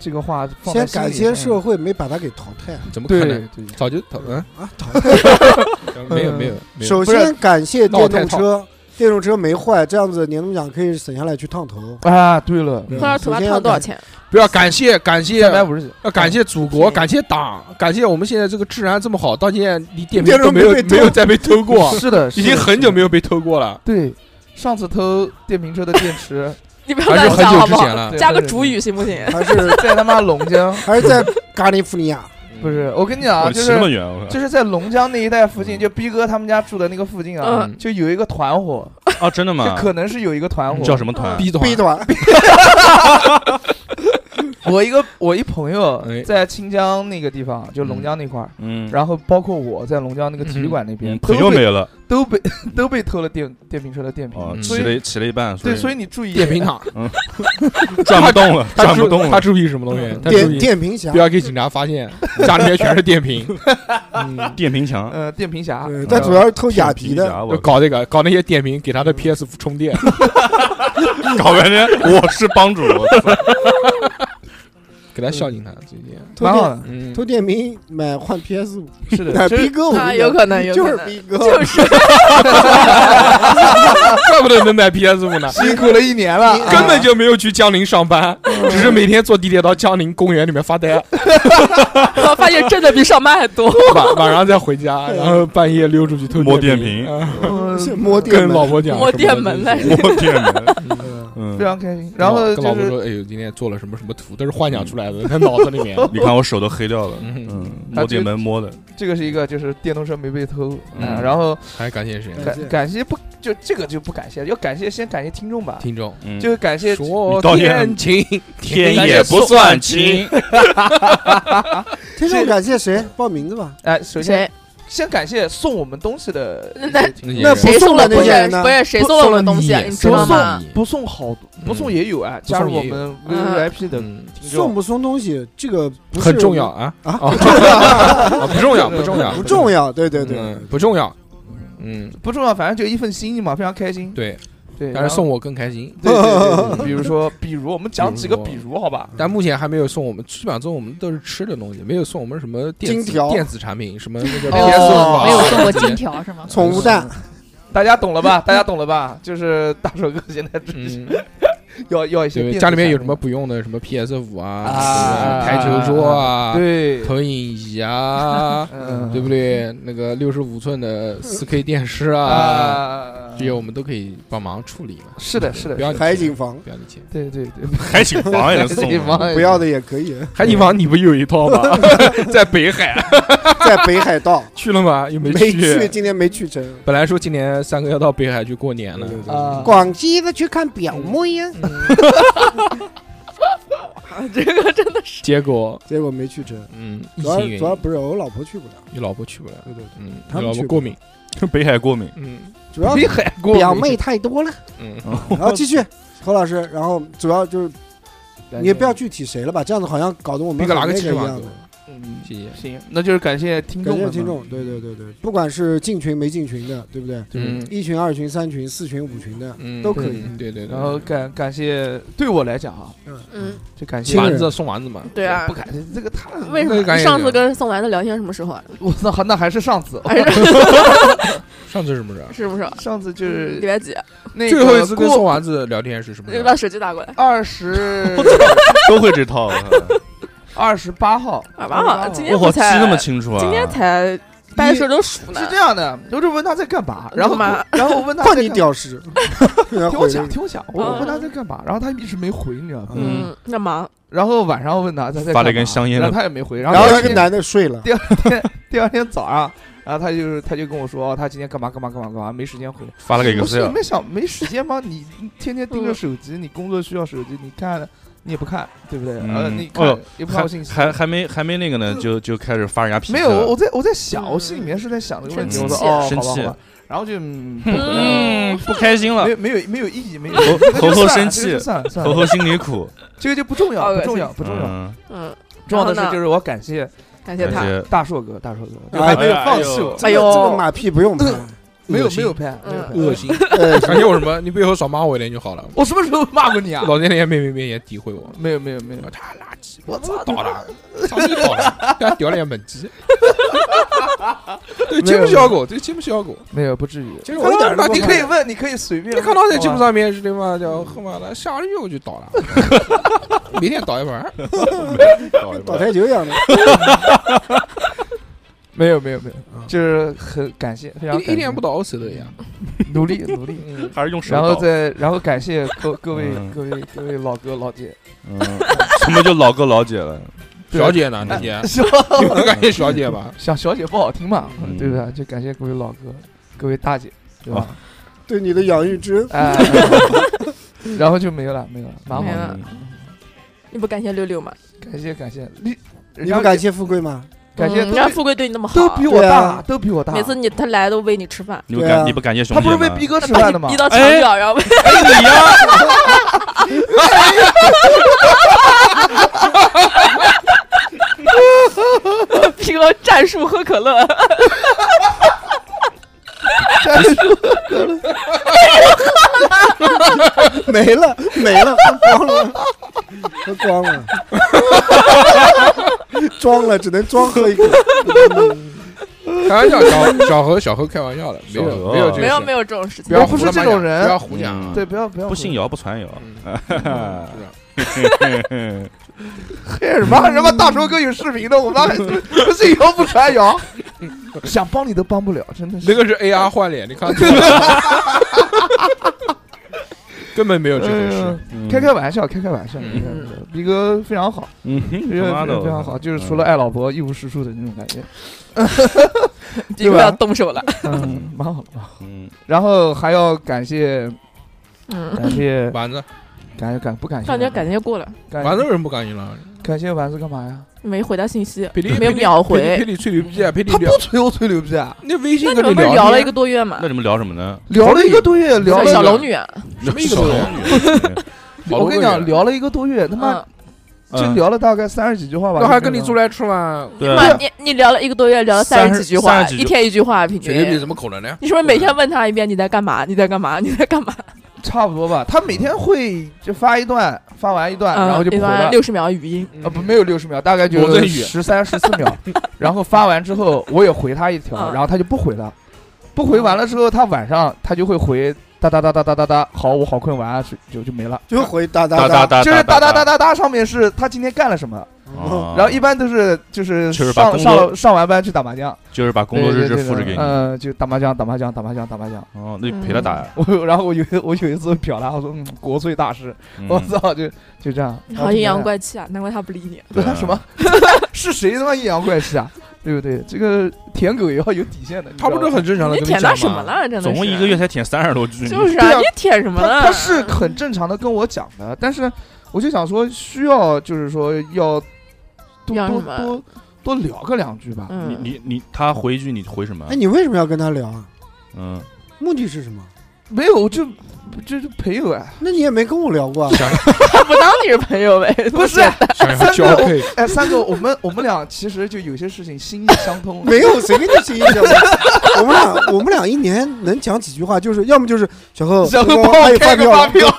S7: 这个话放在
S2: 先
S7: 心里
S2: 感谢社
S7: 嗯
S2: 会没把他给淘汰
S4: 怎么可
S7: 对
S4: 能？
S7: 对，
S4: 早就讨嗯，
S2: 啊！淘汰。
S4: 没有没有，没有
S2: 首
S7: 不
S2: 先感谢
S4: 那我
S2: 电
S4: 太
S2: 动车，电动车没坏，这样子年终奖可以省下来去烫头。
S7: 啊，对了，
S4: 嗯
S2: 对
S3: 喝点土
S2: 首
S3: 巴
S2: 先
S3: 烫
S2: 要
S3: 多少
S2: 感
S3: 钱？
S4: 不要感谢感谢
S7: 三百五十几，
S4: 要感谢祖国，感谢党，感谢我们现在这个治安这么好，到现在你电瓶
S2: 电
S4: 都
S2: 容
S4: 没有
S2: 没被偷
S4: 没有再被偷过，
S7: <laughs> 是的，
S4: 已经很久没
S7: 有
S4: 有被偷过了，
S7: 对。上次偷电瓶车的电池，
S3: 你不要
S4: 还是
S3: 乱
S4: 很
S3: 想
S4: 久
S3: 好
S4: 之
S3: 不
S4: 前
S3: 好？
S4: 了。
S7: 对
S3: 加个主语行不行？
S2: 还是
S7: 在他妈龙
S4: <laughs>
S7: 江，
S2: 还是在加利福尼亚，
S7: 不是我跟你讲啊，
S6: 我
S7: 就
S6: 骑那么
S7: 是
S6: 远，我
S7: 就是在龙江那一带附近，就逼哥他们家住的那个附近啊，
S4: 嗯
S7: 就有一个团伙，
S6: 靠啊，真的
S7: 就
S6: 吗？
S7: 可能是有一个团伙，
S6: 叫什么团？
S4: 逼的啊
S2: 逼短，
S7: 我一个我一朋友
S4: 哎
S7: 在清江那个地方，就龙江那块儿，
S6: 嗯，
S7: 然后包括我在龙江那个体育馆那边
S6: 嗯，，朋友没了，
S7: 都被都被偷了电电瓶车的电瓶，
S6: 哦，
S4: 嗯
S6: 骑了一骑了一半，
S7: 对，所
S6: 所
S7: 以你注意
S4: 电瓶塔，
S6: 以转不动了，
S4: 他
S6: 转不
S4: 注
S6: 动
S4: 他
S6: 了。
S4: 注意什么东西？他注
S2: 嗯电
S4: 意
S2: 电瓶侠
S4: 不。要给警察发现，家里面全是电瓶，嗯，
S6: 电瓶墙，
S7: 呃，电瓶侠，
S2: 对，但主要是偷雅
S6: 皮
S2: 迪的，
S6: 夹我
S4: 就搞这个，搞那些电瓶给他的 PS 充电，
S6: <laughs> 搞半天，我是帮主，我操
S4: 给他孝敬他最近，
S2: 偷
S7: 蛮好的
S2: 电，
S4: 嗯，
S2: 偷电瓶买换 PS 五，
S7: 是的，
S2: 那
S7: 就是
S2: 逼哥我跟你
S3: 啊，
S2: 讲
S3: 有可能，有
S2: 就
S3: 可
S2: 是
S3: 能，
S2: 逼哥，
S3: 就是
S4: 怪不得能买 PS 五呢。
S7: 辛苦了一
S2: <laughs>
S7: 年了，
S2: 你
S4: 根本就没有去江宁上班，只是每天坐地铁到江宁公园里面发呆，
S3: 我发现挣的比上班还
S7: <laughs>
S3: 多。
S4: 晚晚上再回家，然后半夜溜出去偷
S6: 摸
S4: 电
S6: 电瓶
S4: 嗯
S7: 嗯
S2: 是摸
S4: <laughs>
S2: 电
S4: 跟
S2: 门
S4: 老婆讲
S3: 摸
S4: 什么的
S3: 电门
S4: 这些
S3: 嘞
S6: 我天哪！
S2: 嗯
S6: 嗯
S7: 非，常开心。然后
S4: 跟老
S7: 就
S4: 婆
S7: 是
S4: 说：“哎呦，今天做了什么什么图，都是幻想出来的，在脑子里面。
S6: 你看我手都黑掉了，
S4: 嗯
S6: 嗯，
S7: 他
S6: 摸
S7: 这
S6: 电
S7: 个
S6: 门摸的，
S7: 这个是一个就是电动车没被偷，
S6: 嗯
S7: 啊然后”
S4: 还感谢谁呢？
S2: 感谢
S7: 感感谢不就这个就不感谢，要感谢先感谢听众吧，
S4: 听众。
S6: 嗯
S7: 就感谢
S4: 说
S6: 道歉
S4: 天晴，
S6: 天
S4: 感谢
S6: 也不
S4: 宋
S6: 算
S4: 晴
S6: 晴，
S2: 听众感谢谁？报名字吧。
S7: 哎，首先
S3: 谁
S7: 先感谢送我们东西的
S3: 那那
S7: 听众
S2: 那不
S3: 谁
S2: 送
S3: 了？
S2: 的那
S3: 不
S2: 些
S3: 是
S2: 人呢
S3: 不？是谁
S4: 不
S3: 送了
S4: 送
S3: 我们
S4: 了
S3: 东
S4: 你
S3: 西啊？
S4: 也
S3: 你知
S4: 送
S3: 道
S4: 了
S3: 吗
S4: 你？
S7: 不送好多，不送也有啊，加入我们
S3: 也有
S7: VIP 的
S4: 嗯，
S7: 听众
S2: 送，不送东西，这个不是
S4: 很重要啊
S2: 啊
S4: 啊！不重要，不重要，
S2: 不重要。对对对，
S4: 嗯不重要。嗯，
S7: 不重要，反正就一份心意嘛，非常开心。
S4: 对，
S7: 对，
S4: 但
S7: 然
S4: 是
S7: 后
S4: 送我更开心。 <laughs>
S7: 对对 <laughs> 对对，比如说，比如我们讲几个比如，好吧？
S4: 但目前还没有送我们，基本上我们都是吃的东西，没有送我们什么电子
S2: 金条
S4: 电子产品，什么那个 PS
S5: 没有
S4: 五
S5: 送
S3: 哦
S4: 啊
S5: 哦没有送过金条是吗？
S2: 宠物蛋，
S7: 大家懂了吧？大家懂了吧？就是大手哥现在只
S4: 嗯，
S7: 要要一些
S4: 对，
S7: 电子
S4: 家里面有什
S7: 产
S4: 么
S7: 品？
S4: 不用的，什么 PS 五啊
S7: 啊，
S4: 台球桌啊，
S7: 对，，
S4: 投影仪啊
S7: <laughs> 嗯
S4: 对不对？那个六十五寸的四
S7: <laughs>
S4: K 电视啊，
S7: 啊
S4: 这些我们都可以帮忙处理嘛。
S7: 是的，是的
S4: 不，要你
S2: 海
S4: 钱
S2: 景房
S4: 不要你钱。
S7: 对对对，
S6: 还请房也能
S7: <laughs>
S6: 送
S7: 这帮
S6: 啊，
S7: 人
S2: 不要的也可以，
S4: 海景房你不有一套吗？在北海
S2: 在北海道
S4: 去了吗？又没
S2: 没去，今天没去成。
S4: 本来说今年三哥要到北海去过年了
S2: 对对，对
S7: 啊，
S2: 嗯广西的去看表妹呀，
S8: <laughs>
S3: 啊，这个真的是
S4: 结果
S2: 结果没去成。
S4: 嗯，疫
S2: 主要
S4: 情原
S2: 主要
S4: 因，
S2: 不是我老婆去不了，
S4: 你老婆去不了，
S2: 对对对，
S4: 嗯，
S2: 他
S4: 你
S2: 们
S4: 老
S2: 去
S4: 婆
S2: 不
S4: 过敏，
S6: 北海过敏，
S4: 嗯
S2: 主要
S7: 北海过
S2: 表妹太多了。
S4: 嗯，
S2: 然后继续，何老师，然后主要就是
S7: 哎
S2: 你也不要具体谁了吧，这样子好像搞得我们
S4: 逼格拿
S2: 很那
S4: 个
S2: 个
S4: 七十
S2: 一
S4: 万
S2: 样的
S4: 左。
S7: 嗯，
S4: 谢谢，
S7: 行，那就是感谢听
S2: 感
S7: 众
S2: 谢
S7: 们，
S2: 听众，对对对对，不管是进群没进群的，对不对？
S4: 嗯
S2: 一群、二群、三群、四群、五群的，
S4: 嗯
S2: 都可以
S4: 对对对，
S7: 然后感感谢对我来讲啊，
S8: 嗯，
S7: 就感谢
S2: 亲人
S4: 丸子送丸子嘛，
S8: <laughs> 对啊
S7: 不，感谢这个他
S8: 为什么
S4: 那个感
S8: 你
S4: 觉
S8: 上次跟宋丸子聊天什么时候啊？
S7: 我操，那还是上次，
S3: 哎
S8: 还是
S4: 上次是不是？啊
S8: 是不是？
S7: 上次就
S8: 礼
S7: 是
S8: 拜几？
S7: 那
S4: 最后一次跟
S7: 过
S4: 送丸子聊天是什么时
S8: 又
S4: 候？啊
S8: 把手机拿过来，
S7: 二十
S6: 都会这套。啊我
S7: 二十八号，
S8: 好吧好，今天
S6: 靠，
S8: 不
S6: 记
S8: 才
S6: 那么清楚啊！
S8: 今天才掰手都数呢
S7: 是。这样的，我就问他在干嘛，然后
S8: 干嘛
S7: 然后
S6: <laughs>
S7: 我问他在
S2: 换
S7: 干
S2: 你屌丝。 <laughs>
S7: 嘛，听我讲，听我讲，我
S8: 嗯
S7: 问他在干嘛，然后他一直没回，你知道吗？
S8: 嗯，那忙，
S7: 然后晚上问他他在
S6: 发了
S7: 干
S6: 一根
S7: 嘛
S6: 香烟的
S7: 然后他也没回，然
S2: 然后那
S7: 后
S2: 个男的睡了，
S7: 第二天早上，然后他就是他就跟我说，哦他今天干嘛干嘛干嘛干嘛，没时间回。
S6: 发了个啊
S7: 我心里
S6: Excel，
S7: 面想，没时间吗？你你天天盯着手机，你工作需要手机，你看你也不看，对不对？
S6: 嗯
S7: 呃，你
S6: 哎
S7: 看
S6: 呦
S7: 也不看
S6: 还
S7: 我信息，嗯
S6: 还还没还没那个呢，就就开始发人家脾气
S7: 没
S6: 了。
S7: 有。我在我在想，我心里
S8: 嗯
S7: 面是在想这个问题。
S8: 生
S7: 我说
S8: 气
S7: 哦，
S6: 生
S7: 好吧
S6: 气
S7: 好吧，然后就嗯不回来了
S6: 嗯，不开心了
S7: <laughs> 没，有没有没有意义，没有
S6: 猴猴猴生
S7: 这
S6: 气
S7: 个就，算了算
S6: 猴
S7: 了，
S6: 猴心里苦，
S7: 这个就不重
S8: 好
S7: 要，
S8: 恶
S7: 不
S8: 心
S7: 重要，不重要。
S6: 嗯，
S8: 嗯，
S7: 重要的
S8: 然
S7: 是
S8: 后呢
S7: 就是我感谢
S8: 感谢
S6: 感
S8: 他，
S4: 呃
S6: 谢
S7: 大硕哥，大硕哥，就
S2: 哎
S7: 还没有放
S6: 哎
S7: 弃
S6: 呦
S7: 我，
S8: 哎
S2: 这个
S8: 呦，
S2: 马屁不用拍，
S7: 没有
S4: 恶心
S7: 没有拍，
S8: 嗯
S7: 没有拍。
S2: 恶心。呃 <laughs>
S4: 感谢我什么？你背后少骂我一点就好了。
S7: 我什么时候骂过你啊？
S4: 老天爷没没没也诋毁我，
S7: 没有没有没有
S4: 我，他垃圾，
S7: 我操
S4: 倒了，操你倒了，他屌脸本鸡。 <laughs> 对，节目
S7: 没有
S4: 效果，对节目效果。
S7: 没有不至于。
S4: 其实我一点儿都
S7: 那
S4: 不
S7: 你
S4: 看
S7: 可以问，你可以随便
S4: 你
S7: 问。
S4: 看到在节目
S7: 好吧，
S4: 上面是他妈叫他妈的下个月我就倒了， <laughs> 每天倒一盘儿。
S2: 跟倒
S7: <laughs>
S2: 台球一样的，
S7: 没有没有没有，就是很感谢，非常
S4: 嗯一一点不
S7: 懂，
S4: 倒我手都一样。
S7: 努力努力。
S4: 嗯，
S6: 还是用手
S7: <laughs> 然后
S6: 搞
S7: 再然后感谢各各位
S6: 嗯
S7: 各位各位老哥老姐，
S4: <laughs>
S6: 嗯，什么就老哥老姐了，
S4: 小姐呢？大姐， <laughs> 你们感谢小姐吧？
S7: 想小姐不好听嘛，
S6: 嗯
S7: 对不对？就感谢各位老哥，各位大姐，对
S4: 哦
S7: 吧？
S2: 对你的养育
S7: <laughs>
S2: 之恩，
S7: 哎，然后就没有了，没有了，蛮好
S8: 没
S7: 的。
S8: 了
S6: 嗯
S8: 你不感谢六六吗？
S7: 感谢感谢你，
S2: 你
S7: 人家
S2: 不感谢富贵吗？
S7: 感谢
S8: 嗯人家
S7: 都
S8: 富贵对你那么
S7: 都
S8: 好
S7: 比，我
S2: 对啊
S7: 大，都比我大。
S8: 每次你他来都喂你吃饭，
S6: 你不
S2: 对啊
S6: 感你不感谢兄
S7: 他
S6: 弟
S7: 不是被
S6: 吗
S7: 逼哥吃
S8: 把
S7: 饭的
S8: 你
S7: 吗
S8: 逼？到墙角，然后喂 <laughs>
S7: <laughs>
S6: 哎你呀，
S8: 平了战术喝可乐，
S2: 没了没了， <laughs> 都光了，都光 <laughs> 了，装了只能装喝一 <laughs> 口。
S4: 开玩笑，小小何小何开玩笑的，没有
S6: 小何
S4: 没有这个事
S8: 没有没有这种事
S4: 不
S8: 情，
S4: 要
S7: 我不是
S4: 胡他妈
S7: 这种
S4: 讲
S7: 人
S4: 不要胡
S8: 嗯
S4: 讲啊。
S7: 对，不要不要，
S6: 不信
S7: <laughs>
S6: 谣不传谣，
S4: 嗯，是的
S7: 嘿，哎什么什么大叔哥有视频的，我妈还 <laughs> 不信谣不传谣， <laughs> 想帮你都帮不了，真的是。
S4: 那个是 AR 换脸，你看，根本没有这回事。
S6: 嗯
S7: 开开玩笑，开开玩笑，
S4: 嗯
S7: 嗯逼哥非常好，
S6: 嗯，
S7: 逼
S6: 他
S7: 哥
S6: 妈的嗯
S7: 非常好，就是除了爱老婆一无是处的那种感觉，
S8: 你不要动手了。
S7: <laughs> 嗯，蛮好蛮好。
S6: 嗯，
S7: 然后还要感谢
S8: 嗯，
S7: 感
S8: <laughs>
S7: 谢
S4: 丸子，
S7: 感谢感不感谢？
S8: 感觉感觉过了，
S7: 感
S4: 丸子为什么不干净了？
S7: 感谢丸子干嘛呀？
S8: 没回他信息，
S4: 佩里
S8: 没有秒回
S4: 佩。里吹牛逼啊，佩里
S7: 他
S4: 聊
S7: 不吹我吹牛逼啊，
S4: 那微信
S8: 那你
S4: 跟
S8: 们不是
S4: 聊
S8: 聊了一
S4: 天
S8: 个多月吗
S6: 那？你们聊什么呢？
S7: 聊了一个多月，聊
S8: 小小
S7: 了
S8: 龙女啊，
S4: 什么
S6: <laughs>
S4: 一个
S6: 小
S7: <laughs>
S4: 多
S6: 龙
S4: 月？
S6: 女，
S4: 好多
S7: 我跟你
S4: 个
S7: 讲，
S4: 人
S7: 聊了一个多月，他妈
S8: 嗯，
S7: 就聊了大概三十几句话吧。
S4: 那还
S7: 就
S4: 跟
S7: 没
S4: 你
S7: 了
S4: 出来吃饭，
S6: 对
S8: 妈，你你聊了一个多月，聊了三十几句话，
S6: 三十几
S8: 一
S6: 句
S8: 天一句话，平
S4: 吹牛逼
S8: 均。
S4: 怎么可能呢？
S8: 你是不是每天问他一遍你在干嘛？你在干嘛？你在干嘛？
S7: 差不多吧。他每天会就发一段，发完一段，
S8: 嗯
S7: 然后就不
S8: 一
S7: 回了
S8: 段。六十秒语音，
S7: 啊不，没有六十秒，大概就
S4: 我在语
S7: 十三、十四秒。然后发完之后，我也回他一条，
S8: 嗯
S7: 然后他就不回了。不回完了之后，他晚上他就会回哒哒哒哒哒哒哒，好，我好困，晚安，就就就没了。
S2: 就回哒
S6: 哒
S2: 哒
S6: 哒哒，
S2: 哒，
S7: 就是哒哒哒
S6: 哒，
S7: 哒哒，上面是他今天干了什么，
S2: 哦
S7: 然后一般都是就是
S6: 啊就是把
S7: 上
S6: 工作
S7: 上上完班去打麻将，
S6: 就是把工作日志
S7: 对对对
S6: 复制给你，
S7: 嗯，就打麻将打麻将打麻将打麻将。
S6: 哦，那陪他打呀，
S7: 我然后我有 <laughs> 我有一次瞟他，我说嗯，国粹大师，
S6: 哎嗯
S7: 我操，就就这样，
S8: 好阴阳怪气啊！难怪他不理你。
S6: 对啊
S7: <laughs>
S6: <laughs>
S7: 什么？是谁他妈阴阳怪气啊？对不对？这个舔狗也要有底线的。你知
S4: 他
S7: 道
S4: 不
S7: 吗
S4: 是很正常的
S8: 你
S4: 跟你
S8: 舔他
S4: 讲吗？
S8: 什么？了？真的
S6: 总共
S8: 是啊
S6: 一个月才舔三十多句，
S8: 就是
S7: 对
S8: 啊，
S7: 啊
S8: 你舔什么
S7: 他
S8: 了？
S7: 他是很正常的跟我讲的，但是我就想说，需要就是说要多
S8: 要
S7: 多
S8: 什么
S7: 多多聊个两句吧。
S6: 你
S8: 嗯，
S6: 你你，他回一句你回什么
S2: 哎，？你为什么要跟他聊啊？
S6: 嗯，
S2: 目的是什么？
S7: 没有，就就就朋友啊，
S2: 那你也没跟我聊过啊。。
S8: 他不当你是朋友呗？
S7: 不是，
S4: 想要交配，
S7: 哎，三哥，我们我们俩其实就有些事情心意相通
S2: 没有谁跟你情谊相通。我们俩我们俩一年能讲几句话，就是要么就是小贺，
S7: 小贺
S2: 我
S7: 帮我
S2: 还有
S7: 开个
S2: 发
S7: 发
S2: 票，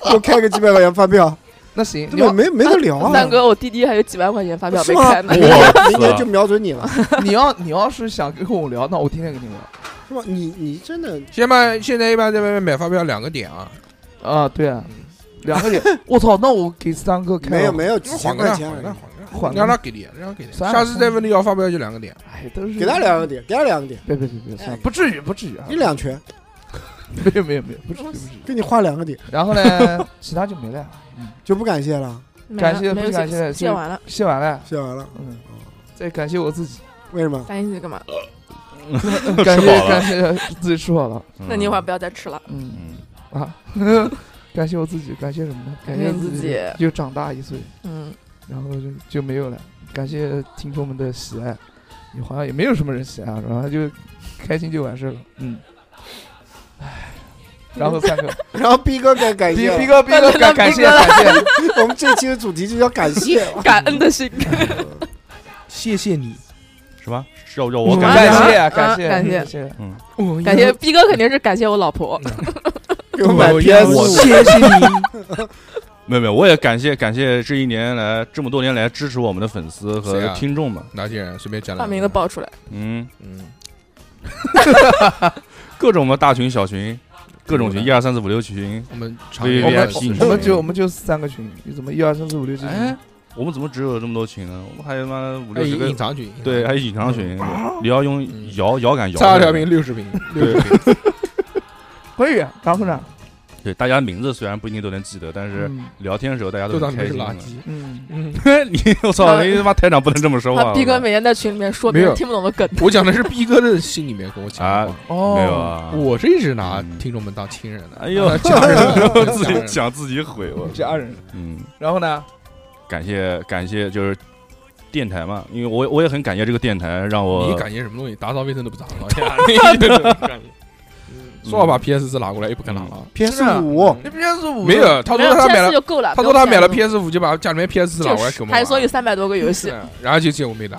S2: <laughs> 给我开个几百块钱发票，
S7: 那行，你
S2: 对吧？
S7: 要
S2: 没没得
S3: <laughs>
S2: 聊啊。
S8: <laughs> 三哥，我弟弟还有几万块钱发票
S2: 是
S8: 没
S2: 吗
S8: 开呢。
S6: 哇
S2: 明年就瞄准你了，
S7: 你要你要是想跟我聊，那我天天跟你聊。
S2: 是吧？你你真的
S4: 现在现在一般在外面买发票两个点啊，
S7: 啊，对啊，两个点，我操，那我给三哥开
S2: 嗯没有没有几
S4: 就是啊
S2: 千
S4: 缓个蛋，
S2: 块
S4: 缓个
S2: 钱而已
S4: 蛋，缓个蛋，
S7: 缓个
S4: 让
S7: 蛋
S4: 他给点，让他给点。
S7: 算了
S4: 下次再问你要发票就两个点，
S7: 哎，都是
S2: 给他两个点，给他两个点，
S7: 别别别别，算了，
S2: 哎
S7: 不至于不至于啊
S2: 一，两拳，
S7: 没有没有没有，不至于不至于。
S2: 给你画两个点，
S7: 然后呢，其他就没了，
S2: 就不感谢了，
S8: 没
S7: 感
S8: 了
S7: 谢
S8: 没
S7: 不
S8: 有
S7: 感
S8: 谢
S7: 谢
S8: 谢
S7: 就
S8: 完了，
S7: 谢完了，
S2: 谢完了。
S7: 嗯，再感谢我
S6: <laughs>
S7: 自己，
S2: 为什么？
S8: 担心你干嘛？
S4: 嗯
S7: 感
S6: 吃
S7: 谢
S6: 饱了
S7: 感谢自己吃饱了，
S6: 嗯
S8: 那你一会儿不要再吃了。
S7: 嗯
S6: 嗯，
S7: 啊，感谢我自己，感谢什么呢？感
S8: 感谢
S7: 谢
S8: 自
S7: 己
S8: 己
S7: 又长大一岁，
S8: 嗯，
S7: 然后就就没有了。感谢听众们的喜爱，也好像也没有什么人喜爱，然后就开心就完事了。嗯，唉，然后三个，
S2: 然后逼哥该感
S7: 逼
S2: 谢了，
S7: 逼哥逼哥感感谢感谢，
S2: 我们这期的主题就叫感谢。
S8: 感恩的心，
S2: 嗯
S4: 谢谢你，
S6: 什么？是要要我
S8: 感
S6: 感
S7: 感
S6: 谢
S7: 谢
S8: 啊
S7: 感谢
S8: 感谢
S7: 谢，
S3: 嗯
S4: 我
S8: 感谢逼哥肯定是感谢我老婆，
S4: 嗯
S2: 给我买
S4: 哎我
S2: PS
S4: 我
S2: 五，
S4: 谢谢你，
S6: 没有没有，我也感谢感谢这一年来这么多年来支持我们的粉丝
S4: 谁
S6: 和
S4: 啊
S6: 听众们。
S4: 哪些人随便讲两
S8: 把
S4: 个
S8: 名字报出来。
S6: 嗯，
S4: 嗯，
S6: 各种的大群、小群，各种群，
S4: 嗯
S6: 一二三四五六群。
S4: 我们常
S6: 常见
S7: 我
S6: 的
S7: 们
S6: VIP
S4: 啊
S7: 我们就我们就三个群，怎么一二三四五六七
S6: 哎
S7: 群？，
S6: 我们怎么只有这么多群呢？我们还有妈五
S4: 还
S6: 六
S4: 有
S6: 十
S4: 哎隐
S6: 个，
S4: 藏群，
S6: 对，
S4: <laughs>
S6: 还有隐藏群，你要用
S4: 嗯
S6: 摇摇杆摇。
S4: 三二条屏六十屏，六十屏，
S7: 可以，然后呢？
S6: 对，大家名字虽然不一定都能记得，但是
S7: 嗯
S6: 聊天的时候大家
S4: 都
S6: 都
S4: 当
S6: 很开
S4: 你们是
S6: 心的。
S4: 垃圾。
S7: 嗯，
S4: 嗯，
S6: <laughs> 你我操！你他妈台长不能这么说话。
S8: 他逼哥每天在群里面说别人听不懂的梗，
S4: 我讲的是逼哥的心里面跟我讲的
S6: 啊
S4: 话，
S7: 哦，
S6: 没有啊？
S4: 我是一直拿
S6: 嗯
S4: 听众们当亲人的。
S6: 哎
S4: <laughs>
S6: 呦，
S4: 家人
S6: 自
S4: 家
S6: 己
S4: 人
S6: 讲自己毁我。
S7: 家人。
S6: 嗯，
S7: 然后呢？
S6: 感谢感谢，就是电台嘛，因为我我也很感谢这个电台，让我
S4: 你感谢什么东西？打扫卫生都不打扫， <laughs> 呀说
S6: 嗯
S4: 要把 PS 四拿过来，又不肯拿了。
S2: PS 五
S4: 嗯
S7: 那 PS 五
S4: 没有，他
S8: 没
S4: 说
S8: 有
S4: 他买
S8: PS
S4: 了，
S8: 就够了。
S4: 他说他买了
S8: 不用
S4: PS 五，就把家里面 PS 四
S8: 加
S4: 拿
S8: 入
S4: 过来
S8: 就
S4: 给
S8: 是
S4: 我们玩。
S8: 还送你三百多个游戏，
S4: 嗯然后就见我没拿，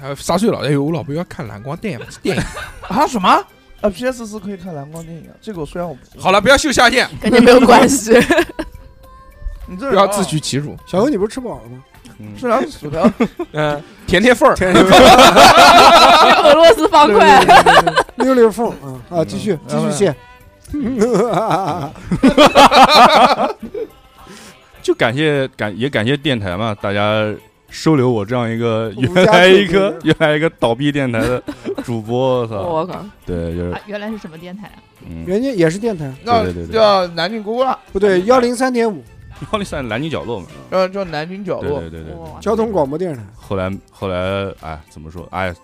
S4: 还啥岁了？哎呦，我老婆要看蓝光电影，电影。
S7: 啊什么？啊，PS 四可以看蓝光电影，啊这个我虽然我
S4: 好了，，不要秀下限，
S3: 啊
S8: 跟你没有关
S4: <laughs>
S8: 系。
S7: 你这啊
S4: 不要自取其辱。
S2: 小何，你不是吃饱
S6: <laughs>
S2: 了吗？
S6: 嗯
S7: 是啊，薯条，
S4: 嗯，甜甜缝儿，
S8: 俄罗斯方块，
S2: 溜溜缝啊啊！
S6: 嗯
S2: 继续继续谢。
S6: 就感谢感也感谢电台嘛，大家收留我这样一个
S2: 无
S6: 原
S2: 家
S6: 来
S2: 可
S6: 一个
S2: 归
S6: 原来一个倒闭电台的主播，我操，
S8: 我靠，
S6: 对，就是
S5: 啊，原来是什么电 <laughs> 台啊？
S6: 嗯，
S2: <laughs> 人家也是电台，
S6: 对对对
S7: 那叫南郡锅了，
S2: 不
S6: 嗯
S2: 对，幺零三点五
S6: 奥利赛南京角落嘛，
S7: 呃，叫南郡角
S6: 对
S7: 落
S6: 对，对对。
S5: 哇
S2: 交通广播电台，
S6: 后来后来哎，怎么说哎，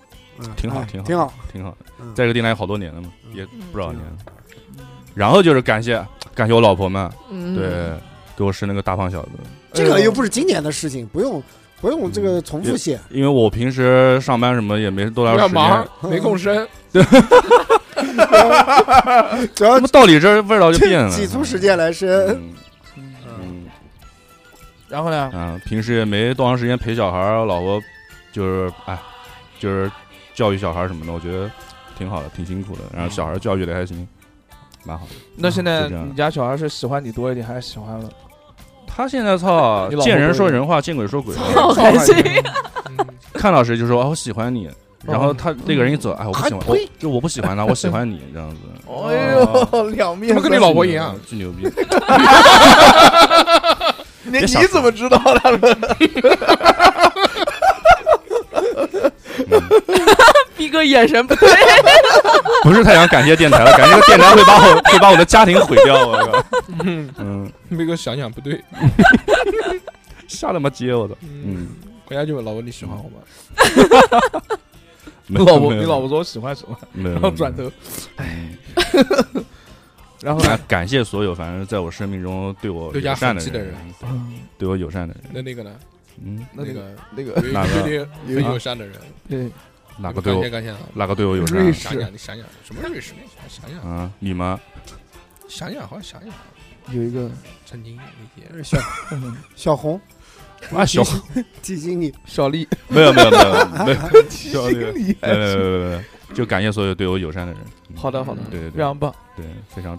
S2: 嗯，
S6: 挺好
S2: 哎
S6: 挺好呃
S2: 挺好。
S6: 挺好的
S2: 嗯，
S6: 在这个电台好多年了嘛，
S2: 嗯
S6: 也不少年了。然后就是感谢感谢我老婆们，
S8: 嗯，
S6: 对，给我生了个大胖小子。
S2: 这个又不是今年的事情，不用不用这
S6: 嗯
S2: 个重复写。
S6: 因为我平时上班什么也没多长
S4: 不要
S6: 时间
S4: 忙，，没空生。
S6: <laughs>
S2: 主要
S6: 那么到你这儿味道就变
S2: 这
S6: 了。
S2: 挤出时间来生，
S6: 嗯嗯
S7: 然后呢？
S6: 啊，平时也没多长时间陪小孩儿，老婆就是哎，就是教育小孩儿什么的，我觉得挺好的，挺辛苦的。然后小孩儿教育的还行，蛮好的。
S7: 那现在
S6: 就这样
S7: 你家小孩是喜欢你多一点，还是喜欢了？
S6: 他现在操
S7: 你，老婆
S6: 见人
S7: 会
S6: 说人话，见鬼说鬼话。
S8: 好开心，
S4: 嗯
S6: 看到谁就说啊，我喜欢你。然后他那个人一走，哎，我不喜
S2: 还
S6: 欢，我
S2: 呸
S6: 就我不喜欢他，我喜欢你这样子。
S4: <laughs>
S7: 哎呦，两面
S4: 怎么
S7: 三
S4: 跟你老婆一样？
S6: 巨牛逼！
S7: 你
S6: 别想
S7: 你怎么知道的？
S6: 嗯
S8: 逼哥眼神不对，
S6: <laughs> 不是太想感谢电台了，感谢电台会把我会把我的家庭毁掉。我靠，
S4: 嗯，
S6: 嗯，
S4: 那个想想不对，
S6: 瞎他妈接我的。
S4: 嗯，
S6: 嗯，
S4: 回家就问老婆你喜欢我吗？
S6: 没有
S7: 你嗯老婆，
S6: 没有嗯
S7: 你老婆说我喜欢什么？
S6: 没有
S7: 然后转头，
S6: 哎，
S7: 然后呢
S6: 感？感谢所有，反正在我生命中对我
S4: 对
S6: 友
S4: 家
S6: 善
S4: 很
S6: 的
S4: 记得
S6: 人，
S7: 嗯
S6: 对我友善的人，
S4: 那那个呢？
S6: 嗯，
S7: 那
S4: 那
S7: 个
S4: 个
S7: 那个
S4: 有一
S6: 哪个
S4: 对你很友善的人，
S7: <laughs> 对，
S6: 哪
S4: 你
S6: 个对我
S4: 感谢感谢啊？
S6: 哪个对我友善？
S7: 瑞士
S4: 啊想想，你想想，什么瑞士？想想，
S6: 啊，你吗？
S4: 想想，好像想想，
S7: 有一个
S4: 曾经理解。
S2: 呃小
S6: 嗯
S2: 小红
S6: 啊，小
S2: 提醒你，
S7: <laughs>
S2: <laughs>
S7: 小丽，
S6: 没有没有没
S7: <laughs>
S6: 有没有，小丽，
S7: 经理，
S6: 没有没有没有没有，就感谢所有对我友善的人。嗯
S7: 好的好的，
S6: 对对
S7: 非
S6: 对
S7: 常棒。
S6: 对，非常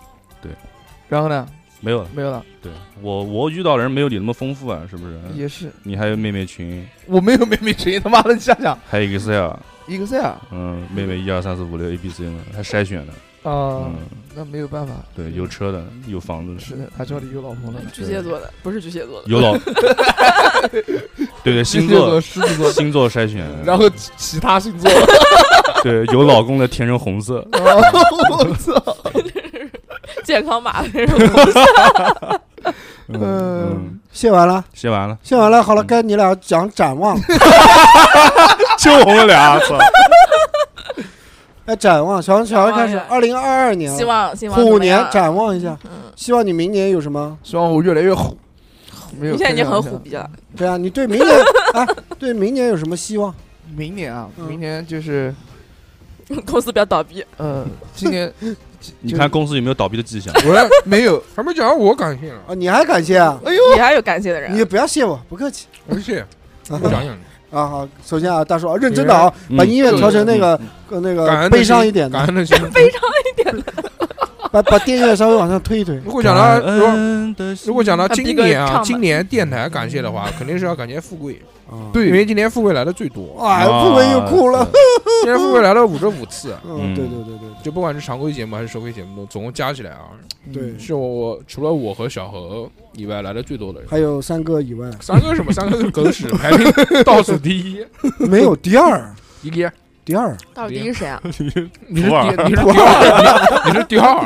S7: 然后呢，
S6: 没有了。
S7: 没有了，
S6: 对我我遇到的人没有你那么丰富啊，是不是？
S7: 也是
S6: 你还有妹妹群，
S7: 我没有妹妹群，他妈的，你想想
S6: 还有 Excel，
S7: ，Excel
S6: 嗯，妹妹一二三四五六 A B C 呢，还筛选的，
S7: 啊
S6: 嗯，，
S7: 那没有办法，
S6: 对，有车的，有房子的，
S7: 是的，他叫你有老婆了，
S8: 巨蟹座的不是巨蟹座的，
S6: 有老，对对，星座
S7: 狮
S6: <laughs>
S7: 子座，
S6: 星座筛选，
S7: 然后其其他星座，
S6: 对有老公的填成红色，
S7: <laughs> 我操，
S8: 健康码那种。
S6: 嗯
S7: 嗯
S6: 嗯，
S2: 谢完了，
S6: 写完了，
S2: 谢完了，
S6: 嗯
S2: 好了，该你俩讲展望。了。
S6: 就我们俩，操，
S2: 哎，展望，小小孩开始，
S8: 展
S2: 二零二二年了，
S8: 希望希望
S2: 虎
S8: 怎么
S2: 年
S8: 样
S2: 展望一下，
S8: 嗯，
S2: 希望你明年有什么？
S7: 希望我越来越虎。
S8: 你
S7: 没有，
S8: 现在已经很
S7: 开
S8: 虎
S7: 玩笑
S8: 逼了，
S2: 对啊，你对明
S8: <laughs>
S2: 年啊，对明年有什么希望？
S7: 明年啊，
S2: 嗯
S7: 明年就是，
S8: 公司不要倒闭。
S7: 呃，今年
S6: 你看公司有没有倒闭的迹象？
S7: 我没有，
S4: 还没讲完我感谢了，
S2: 啊，你还感谢啊？
S7: 哎呦，
S8: 你还有感谢的 <laughs> 人
S2: 你，不要谢我，不客气。
S4: 而且
S2: 啊
S4: 我想想，
S2: <laughs> 啊，好，首先啊，大叔啊，认真的啊，
S6: 嗯
S2: 把音乐调成那个
S6: 嗯
S2: 呃那
S4: 感
S2: 个
S4: 恩的
S2: 悲伤
S4: 心
S2: 一点
S4: 感
S2: 的，
S4: 恩的心。
S2: 把把电乐稍微往上推一推。
S4: 如果讲到
S6: 感
S4: 如果
S6: 恩的心
S4: 如果讲到
S8: 啊
S4: 今
S8: 逼哥
S4: 年
S8: 唱
S4: 啊，
S8: 吧
S4: 今年电台感谢的话，肯定是要感谢富贵，
S2: 啊，
S4: 对，因为今年富贵来的最多，
S2: 哇，
S6: 啊
S2: 不文又哭了。
S4: 今年富贵来了五十五次，
S2: <laughs> 嗯，
S6: 嗯
S2: 对对对对
S4: 就不管是常规节目还是收费节目，总共加起来啊，
S2: 对，
S4: 是我我除了我和小何以外来的最多的人。
S2: 还有三哥以外
S4: 三个什么？三个是狗屎，排名倒数第一，
S2: 没有第二，
S4: 一个。
S2: 第二
S3: 到底是
S8: <laughs>
S3: 谁啊？
S4: 你是
S6: 普洱
S4: 第你是第二，你是第二，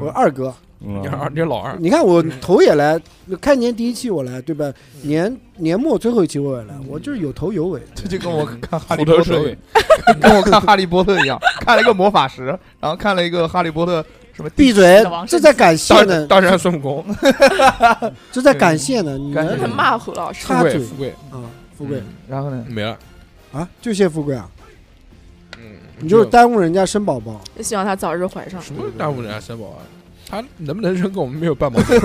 S2: 我二哥，
S6: 嗯
S4: 你是二，你是老二。
S2: 你看我
S8: 嗯
S2: 头也来，开年第一期我来，对吧？年年末最后一期我也
S8: 嗯
S2: 来，我就是有头有尾。
S7: 这就跟我看哈
S4: 虎
S7: 利波
S4: 头
S7: 特
S4: 蛇
S7: 一
S4: 尾
S7: 样，，跟我看哈利波特一样， <laughs> 看了一个魔法石，然后看了一个哈利波特什么
S2: 闭嘴
S5: 死亡，
S2: 这在感谢
S4: 大
S2: 呢，
S4: 大战孙悟空，
S2: 这在感谢呢。你
S7: 感谢
S8: 很
S2: 能
S8: 骂虎老师
S2: 他
S4: 富贵
S2: 嘴
S4: 富贵
S2: 啊，富贵
S4: 嗯
S7: 然后呢，
S4: 没了。
S2: 啊，就谢富贵啊，
S4: 嗯，
S2: 你就是耽误人家生宝宝。
S8: 希望他早日怀上。
S4: 什么耽误人家三宝啊？他能不能扔跟我们没有半毛
S2: <laughs>
S4: 钱，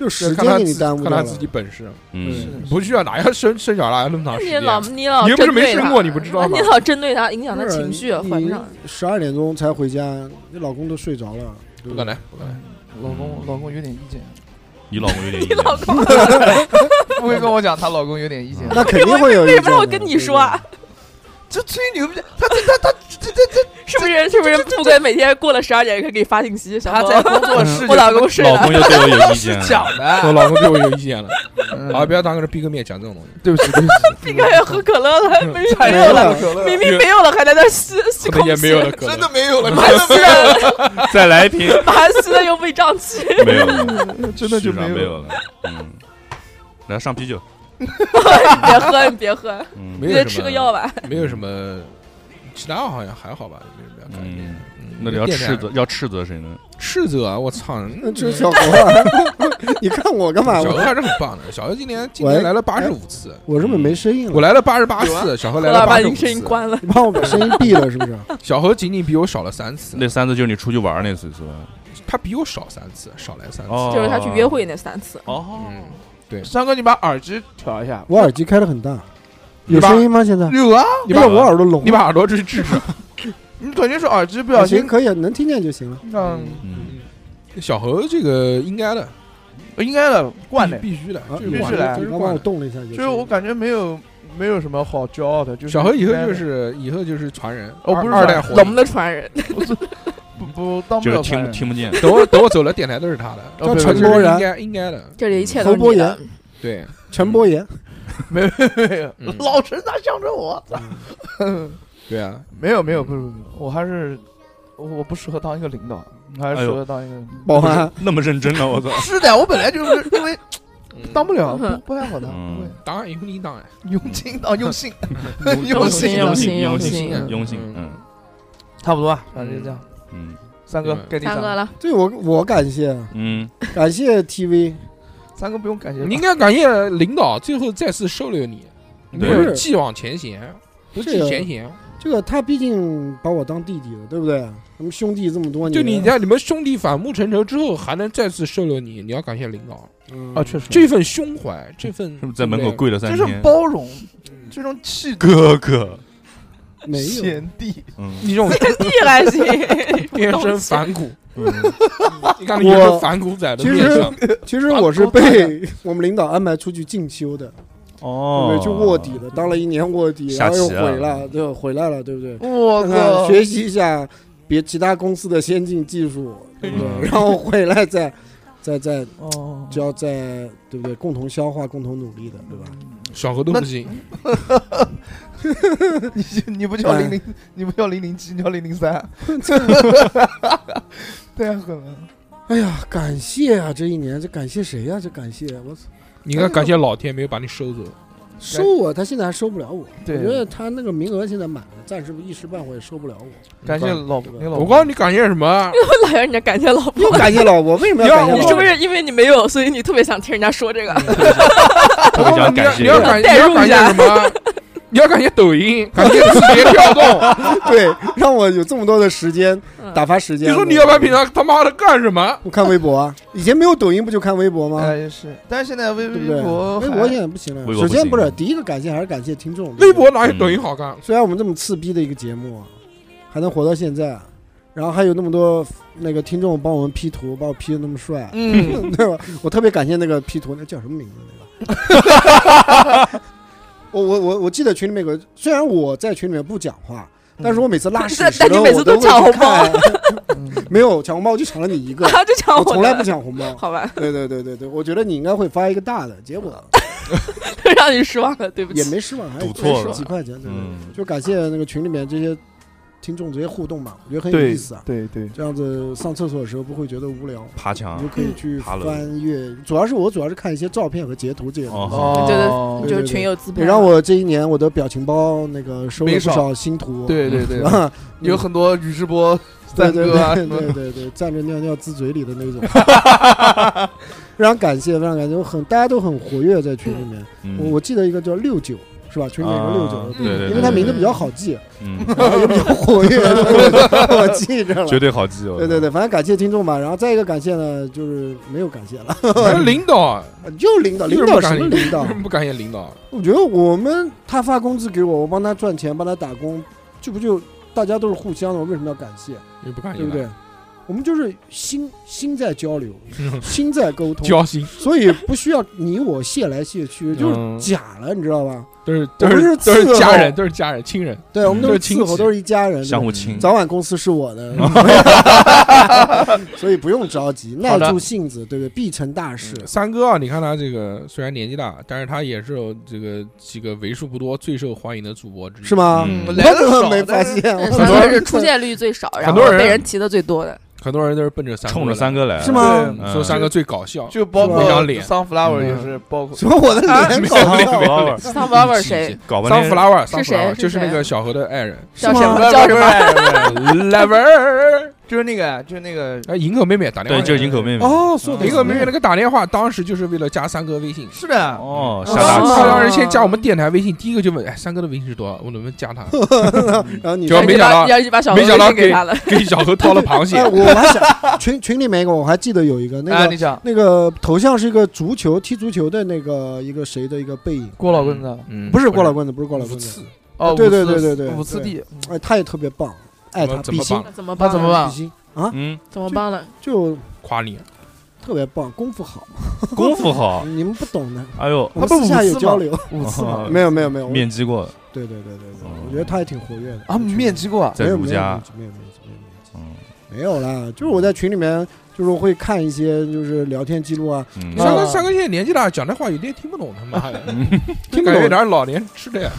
S2: 就时
S4: 看他
S2: 间给
S4: 自
S2: 你耽误
S4: 看
S2: 掉
S4: 他
S2: 了
S4: 自。己本事，啊
S6: 嗯，
S4: 不需要哪要生生小孩那么长时
S8: 你
S4: 间。啊
S8: 老你老
S4: 你又不是没
S8: 针对
S4: 生
S8: 他啊
S4: 过你不知道吗
S8: 你老针对他，影响他
S2: 不是
S8: 情绪，
S2: 你
S8: 怀不上。
S2: 十二点钟才回家，你老公都睡
S8: <laughs>
S2: 着了。对
S4: 不
S2: 不
S4: 可能
S2: 对？，
S4: 不可能。
S7: 老公老公有点意见，
S6: 你老公有点
S8: <laughs>
S6: 意
S8: 你
S3: <laughs>
S6: 见，
S8: 老公啊
S4: <laughs>
S7: 不会跟我讲她老公有点意见，
S2: 那肯定会有
S8: 为
S2: 意
S8: 什么
S2: 见的。
S8: 让我跟你说啊？
S4: 嗯
S7: 这吹牛逼，他他他这这这
S8: 是不是？是不是富贵每天过了十二点可以给你发信息？小
S7: 他在
S8: 何， <laughs>
S7: 工作室
S8: 我老公睡
S6: 老
S8: 了
S6: 公。又对我有意
S7: <laughs> 是
S6: 见，啊
S7: 讲
S4: 我
S6: 哎
S7: 的，
S4: 老公对我有意
S2: <laughs>
S4: 见了啊！
S2: 嗯
S7: 啊，
S4: 不要当个逼哥面讲这种东西。
S7: 对不起对不
S8: <laughs>
S7: 起，
S8: 应该要喝可乐了，
S4: 嗯
S8: 明明
S7: 太
S8: 没
S7: 热
S8: 有
S2: 了
S8: 了，
S2: <laughs>
S7: 了可乐，
S8: 明明没有了，还在那
S4: <laughs>
S8: 吸吸
S4: 可能
S8: 空
S4: 也
S8: 气，
S4: 没有了，可能
S7: 真的没有了，
S8: 把 <laughs> 它吸的，
S6: 再来一瓶，
S8: 把它吸的又胃胀
S4: <laughs>
S8: 气。
S6: 没有了，
S7: <laughs> 真的就
S6: 世上
S7: 没
S6: 没
S7: 有
S6: 有了，嗯，来上啤酒，
S8: 你 <laughs> 别喝，你别喝，
S6: 嗯，
S4: 没
S8: 你
S4: 有
S8: 得
S4: 什
S8: 吃
S4: 么
S8: 个药吧。
S4: 没有什么，其他好像还好吧，没什么要改变
S6: 嗯。
S4: 嗯
S6: 那你要
S4: 电台
S6: 斥责，要斥责谁呢？
S4: 斥责啊！我操，
S2: 那就是小何， <laughs> 你看我干嘛？
S4: 小何
S2: 我哎
S4: 还是很棒的。小何今年今年来了八十五次，
S2: 我是不是没声音
S4: 我
S2: 了？
S4: 来了八十八
S6: 啊
S4: 次，小何来
S8: 何
S4: 了
S8: 老
S4: 八
S8: 板，
S4: 十
S8: 你
S4: 五
S8: 声音
S4: 次。
S8: 关了。
S2: 你把我把声音闭了是不是？
S4: 小何仅仅比我少了三次，
S6: 那三次就是你出去玩那次是吧？
S4: 他比我少三次，少来三次。
S6: 哦，
S8: 就是他去约会那三次，
S6: 哦，
S4: 嗯，
S7: 三哥，你把耳机调一下，
S2: 我耳机开的很大，
S4: 你
S2: 有
S4: 把
S2: 声音吗？现在？
S7: 有啊，
S4: 你
S2: 要
S4: 把
S2: 不我耳朵聋
S4: 你。把耳朵去治治。
S7: 你肯定是耳机不小
S2: 行，
S7: 心，
S2: 可以，啊能听见就行了。
S7: 嗯，
S6: 嗯，
S4: 小何这个应该的，
S7: 应该的，惯的，
S4: 必须的，
S2: 啊
S4: 这
S7: 必
S4: 是
S7: 须
S4: 惯
S7: 的
S4: 的，
S2: 你
S4: 这是
S2: 刚刚
S4: 惯
S2: 我
S4: 的。
S2: 动了一下，就
S7: 就是我感觉没有没有什么好骄傲的，就是
S4: 小何以后
S7: 应该
S4: 就
S7: 的
S4: 是以后就是传人，
S7: 哦
S4: 二
S7: 不是
S4: 二
S7: 传
S4: 代
S7: 人
S4: 火
S8: 能不
S4: 影。
S8: 能传人？ <laughs>
S7: 不不当不
S6: 就是
S7: 了传
S6: 听
S7: 人
S6: 听不见，
S4: 等我等我走了，电台都是他的，
S2: 叫
S7: 哦不
S4: 这
S2: 陈
S4: 是
S7: 不
S2: 柏
S4: 应
S2: 然，
S4: 该应该的。
S8: 这里一切
S2: 侯
S8: 都是
S2: 伯
S8: 你
S2: 言
S8: 的。
S4: 对，
S2: 陈伯言，
S7: 没没没
S4: 嗯
S7: 有，老陈他向着我，
S4: 对啊，
S7: 没有没有，不是不是，我还是我我不适合当一个领导，我还是
S6: 哎
S7: 适
S6: 呦
S7: 合当一个领导。
S2: 保安，
S6: 那么认真啊呢，我
S2: <laughs>
S6: 操，
S7: 是的，我本来就是因为
S4: 嗯
S7: 当不 <laughs> 了，不
S8: 嗯
S7: 不太好当，
S6: 嗯
S7: 不会
S4: 当然用应当然，
S7: 用心啊，用心，
S8: 用
S7: 用
S8: 心
S7: 用
S8: 用心
S6: 嗯用
S8: 用
S6: 心
S8: 心
S7: 嗯
S6: 用心，嗯
S7: 差不多吧，反正就这样。
S6: 嗯
S7: 三哥
S4: 嗯，
S7: 该你
S8: 三
S7: 三
S8: 哥，了，
S2: 对我我感谢
S6: 嗯，
S2: 感谢 TV，
S7: 三哥不用感谢吧，
S4: 你应该感谢领导最后再次收留你，没
S6: 对
S4: 有继往前嫌，不
S7: 啊
S2: 这
S4: 计
S2: 个
S4: 前啊嫌。
S2: 这个他毕竟把我当弟弟了，对不对？咱们兄弟这么多年，
S4: 就你在你们兄弟反目成仇之后，还能再次收留你，你要感谢领导
S2: 嗯
S7: 啊，确实
S4: 这份胸怀，这份
S6: 是不是在门口跪了三
S7: 这
S6: 天
S7: 种？包容，这种气
S6: <laughs>
S7: 度，
S6: 哥哥，
S2: 没有，
S7: 贤 <laughs> 弟，
S2: <laughs>
S6: 嗯，
S4: 你这种
S8: 地来 <laughs> 行，
S4: 变身反骨，你看
S2: 我
S4: 你是反骨仔的
S2: 其
S4: 面
S2: <laughs>
S4: 相，
S2: 实其实我是被我们领导安排出去进修的，对不
S6: 哦
S2: 对？去卧底的，当了一年卧底，
S6: 下
S2: 然后又
S6: 棋啊
S2: 回来，对，回来了，对不对？
S7: 我
S2: 看看
S7: 靠，
S2: 学习一下别其他公司的先进技术，对不对？
S6: 嗯
S2: <laughs> 然后回来再再再
S7: 哦，
S2: 就要再对不对？共同消化，共同努力的，对吧？
S4: 小何都不行。
S7: <laughs> 你你不叫零零，
S2: 嗯
S7: 你不叫零零七，你叫零
S2: <laughs>
S7: 零三，啊太狠了。
S2: 哎呀，感谢啊！这一年，这感谢谁啊呀、这感谢我操，
S4: 你应该感谢老天没有把你收
S2: <laughs>
S4: 走，
S2: 收我，他现在还收不了我。
S7: 对
S2: 我觉得他那个名额现在满了，暂时一时半会儿也收不了我。
S4: <laughs>
S7: 感谢
S4: 你
S7: 老
S2: 对吧
S7: 你老，
S4: 我告诉你感谢什
S2: <laughs>
S4: 么？
S8: 老杨，人家感谢老婆
S2: 又。感谢老婆，为什么要感谢
S8: 你
S2: 老
S8: 是不
S2: 婆？嗯
S8: 是因为你没有，所以你特别想听人家说这个？
S6: 特别想
S4: 你要
S6: 感谢
S4: 你要感你
S8: 代
S4: 要
S8: 入
S4: 感
S8: 一
S4: 谢
S8: 下
S4: 什么？
S2: <laughs>
S4: 你要感谢抖音，感谢字节跳动。
S2: <laughs> 对，让我有这么多的时间
S8: 嗯
S2: 打发时
S4: 你
S2: 间。
S4: 说你要不然平常他妈的干什么？
S2: 我看微博啊，以前没有抖音不就看微博吗？
S7: 哎也是，但是现在微
S2: 对不对？
S7: 微博
S2: 微博现在不行了。
S6: 微博
S2: 首
S6: 不
S2: 先
S6: 行
S2: 不是第一个感谢，还是感谢听
S6: 嗯
S2: 众。对
S4: 微
S2: 不对
S4: 博哪有抖音好看？
S2: 虽然我们这么次逼的一个节目啊，还能活到现在，然后还有那么多那个听众帮我们 P 图，把我 P 的那么帅，
S4: <laughs>
S7: 嗯，
S2: 对吧？我特别感谢那个 P 图，那叫什么名字那个？
S8: <laughs>
S2: 我我我我记得群里面有个，虽然我在群里面不讲话，但是我每次
S8: <laughs>
S2: 拉屎的时
S8: 嗯但
S2: 候，
S8: 但你每次
S2: 我都
S8: 都抢
S2: 会去
S8: 红包
S2: 看，
S7: 嗯
S2: <laughs> 没有抢红包，我就抢了你
S8: <laughs>
S2: 一
S8: <laughs>
S2: 个，
S8: 啊，就抢
S2: 我
S8: 的
S2: 从来不抢红包。
S8: 好吧， <laughs>
S2: 对对对对对，我觉得你应该会发一个大的，结果
S8: 让你失望了，对不
S2: 也
S8: 起。
S2: 没失望，还
S6: 赌错了
S2: 几块钱，对不对？
S6: 嗯
S2: 就感谢那个群里面这些听众这些互动吧，我觉得很有
S7: 对
S2: 意思啊。
S7: 对对，
S2: 这样子上厕所的时候不会觉得无聊，
S6: 爬
S2: 你
S6: 墙
S2: 就，可
S7: 嗯
S2: 以去
S6: 啊爬楼
S2: 翻阅。主要是我主要是看一些照片和截图这些东西。
S6: 哦
S8: 觉得
S7: 哦
S2: 对
S8: 就是群友自拍
S2: 也
S8: 嘛，
S2: 让我这一年我的表情包那个收了
S7: 没
S2: 不
S7: 少
S2: 少新图，
S7: 对对对，
S2: <laughs> 啊，
S7: 有很多宇智波
S2: 对
S7: 三
S2: 对
S7: 哥啊
S2: 对
S7: 什么
S2: 对对
S7: <laughs>
S2: 对，站着尿尿滋嘴里的那种，非常感谢，非常感谢，我很大家都很活跃在群里面。我
S6: 嗯，
S2: 我记得一个叫六九是吧？群里面有个六九
S6: 啊
S2: 的，
S6: 对对，
S2: 因为他名字
S6: 字，
S2: 比较好记，
S6: 嗯，
S2: <laughs> 然后也比较哎活跃，我记着了。
S6: 绝对好记哦。
S2: 对对
S4: 嗯
S2: 对，反正感谢听众吧。然后再一个感谢呢，就是没有感谢了， <laughs>
S4: 领导啊
S2: 又领导，领导什么领导
S4: 为什？么不感谢领导？
S2: 我觉得我们他发工资给我，我帮他赚钱，帮他打工，这不就大家都是互相的？我为什么要感谢？
S4: 又不感谢
S2: 对不对？我们就是心心在
S4: <laughs>
S2: 交流，心在沟通，
S4: 交心
S2: 所以不需要你我谢来谢去，就是
S4: 嗯
S2: 假了，你知道吧？
S4: 都是
S2: 我
S4: 都
S2: 们
S4: 是
S2: 是
S4: 都是
S2: 伺
S4: 家
S2: 候
S4: 人，都是家人亲人。
S2: 对，我们都是
S4: 这嗯是
S2: 伺候，
S4: 亲戚
S2: 都是一家人，
S6: 相
S2: 对吧
S6: 互亲，
S2: 早晚公司是我的，所以不用着急，耐
S7: 好的
S2: 住性子，对不对？必成大事。
S4: 三哥啊，你看他这个虽然年纪大，但是他也是有这个几个为数不多最受欢迎的主播之一。
S2: 是？吗？
S6: 嗯
S2: 我
S7: 来得
S2: 怎么
S7: 少
S2: 没发
S7: 但是
S2: 现？
S8: 嗯
S2: 我
S8: 三
S4: 很多
S8: 个
S4: 人
S8: 是出现率最少，然
S4: 很
S8: 后
S4: 多人
S8: 被人提的最多的。
S4: 很多人都是奔着三哥
S6: 冲着
S4: 来
S6: 三哥来 <laughs>
S2: 是吗
S7: 对
S6: 嗯
S4: 说三哥最搞笑，
S7: 就包括
S2: 一
S4: 张脸
S7: sunflower
S4: 嗯
S7: 也是包
S2: <laughs>
S7: 括
S2: 什么我的脸搞
S6: 啊没有没
S2: 了？
S6: 有没有
S8: 桑巴尔谁？
S6: 搞半
S4: 桑
S6: 天
S4: 弗拉瓦
S8: 是谁是谁
S4: 就是那个小何的爱人
S8: 叫
S2: 是
S8: 什
S2: 吗
S8: 么？叫什么？
S7: 么？
S4: ，lover。
S7: <laughs> 就是那个，就是那个，
S4: 哎，营口妹妹打电
S6: 对，
S4: 话，
S6: 就是营口妹妹。嗯
S2: 哦，说的
S4: 营口妹妹那个打电话，当时就是为了加三哥微信。
S7: 是的，
S6: 哦，
S7: 哦
S6: 下大
S4: 他
S6: 棋
S4: 当时先加我们电台微信，第一个就问，哎，三哥的微信是多少？我能不能
S2: <laughs>
S4: 加他？
S2: 然后你
S4: 就
S2: 说
S4: 要没想到
S8: 你要把小
S4: 没想到
S8: 给他了，
S4: 给小何掏了螃蟹
S2: 哎，。我还想群群里面一个，我还记得有一个
S7: 啊，
S2: 那
S7: 你
S2: 个
S7: 讲
S2: 那个头像是一个足球踢足球的那个一个谁的一个背影，
S7: 郭老棍子，
S4: 嗯
S2: 不是郭老棍子，不是郭老棍子
S4: 次，，
S7: 哦，
S2: 对
S7: 五
S2: 对
S7: 四
S2: 对对对
S7: 五四 D，
S2: 哎，他也特别棒，爱他
S4: 怎
S2: 比
S4: 么
S2: 心
S4: 棒？
S8: 怎么
S7: 那
S8: 办？
S7: 怎么办
S2: 比？心啊，
S6: 嗯，
S8: 怎么办了？
S2: 就
S4: 夸你，啊
S2: 特别棒，功夫好，
S6: 功夫好，
S2: 你们不懂的，
S6: <laughs> 哎呦，
S2: 我们
S7: 他不
S2: 私下
S7: 五
S2: 有
S7: 四
S2: 交
S7: 吗
S2: 流，
S7: 五次嘛
S2: <laughs> 没有没有没有，我
S6: 啊面基过，
S2: 对对对对对
S6: 哦，
S2: 我觉得他也挺活跃的
S7: 啊，面基过啊，
S6: 在
S2: 没有
S6: 儒
S2: 没有
S6: 家，
S2: 没有没有没有没有。
S6: 嗯
S2: 没有啦，就是我在群里面就是会看一些就是聊天记
S6: <laughs>
S2: 录啊，
S6: 嗯
S4: 三哥
S7: 啊
S4: 三哥现在年纪大，讲这话有点听不懂，他 <laughs> 妈的，
S2: 听不
S4: 感觉有
S2: 懂，
S4: 点老年痴呆。啊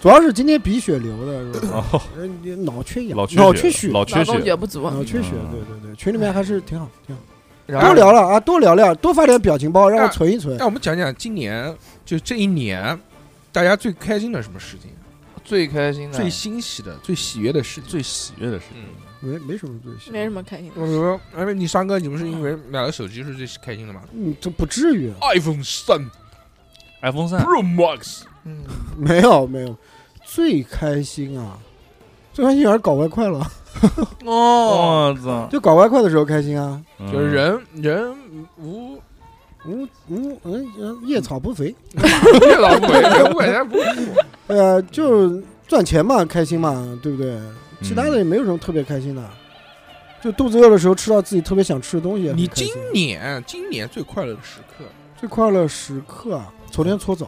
S2: 主要是今天鼻血流的，是吧？
S6: 哦，
S2: 呃你脑缺
S6: <laughs>
S2: 氧，
S6: 老缺
S2: 脑
S6: 血，
S2: 血，
S6: 老缺
S8: 劳动
S6: 血，
S8: 觉不足，啊
S2: 脑缺血，
S6: 嗯
S2: 对对对，群里面还是挺好，挺好。
S7: 然
S2: 多
S7: 后
S2: 聊聊啊，多聊聊，多发点表情包，
S3: 嗯
S2: 让我存一存
S4: 哎那。我们讲讲今年，就这一年，大家最开心的什么事情，
S7: 最开心的，
S4: 哎最欣喜的、最喜悦的事情。
S6: 最喜悦的事，
S4: 嗯，
S2: 没没什么对象，
S3: 没什么开心的。
S4: 我说，哎，你三哥，你不是因为买了手机是最开心的吗
S2: 嗯，这不至于，
S1: iPhone 三
S6: iPhone 三
S1: Pro Max，
S7: 嗯，
S2: 没有没有，最开心啊，最开心还是搞外快了，
S7: 哦，
S6: 我操，
S2: <laughs> 就搞外快的时候开心啊，
S6: 嗯
S4: 就是人人无
S2: 嗯嗯
S6: 呃
S2: 嗯，叶草不肥，
S4: 月老鬼，人无百钱不
S2: 呃，就赚钱嘛，开心嘛，对不对？其
S6: 嗯
S2: 他的也没有什么特别开心的，就肚子饿的时候吃到自己特别想吃的东西也很
S4: 你
S2: 开心。
S4: 今年今年最快乐的时刻，
S2: 最快乐时刻啊，昨天搓澡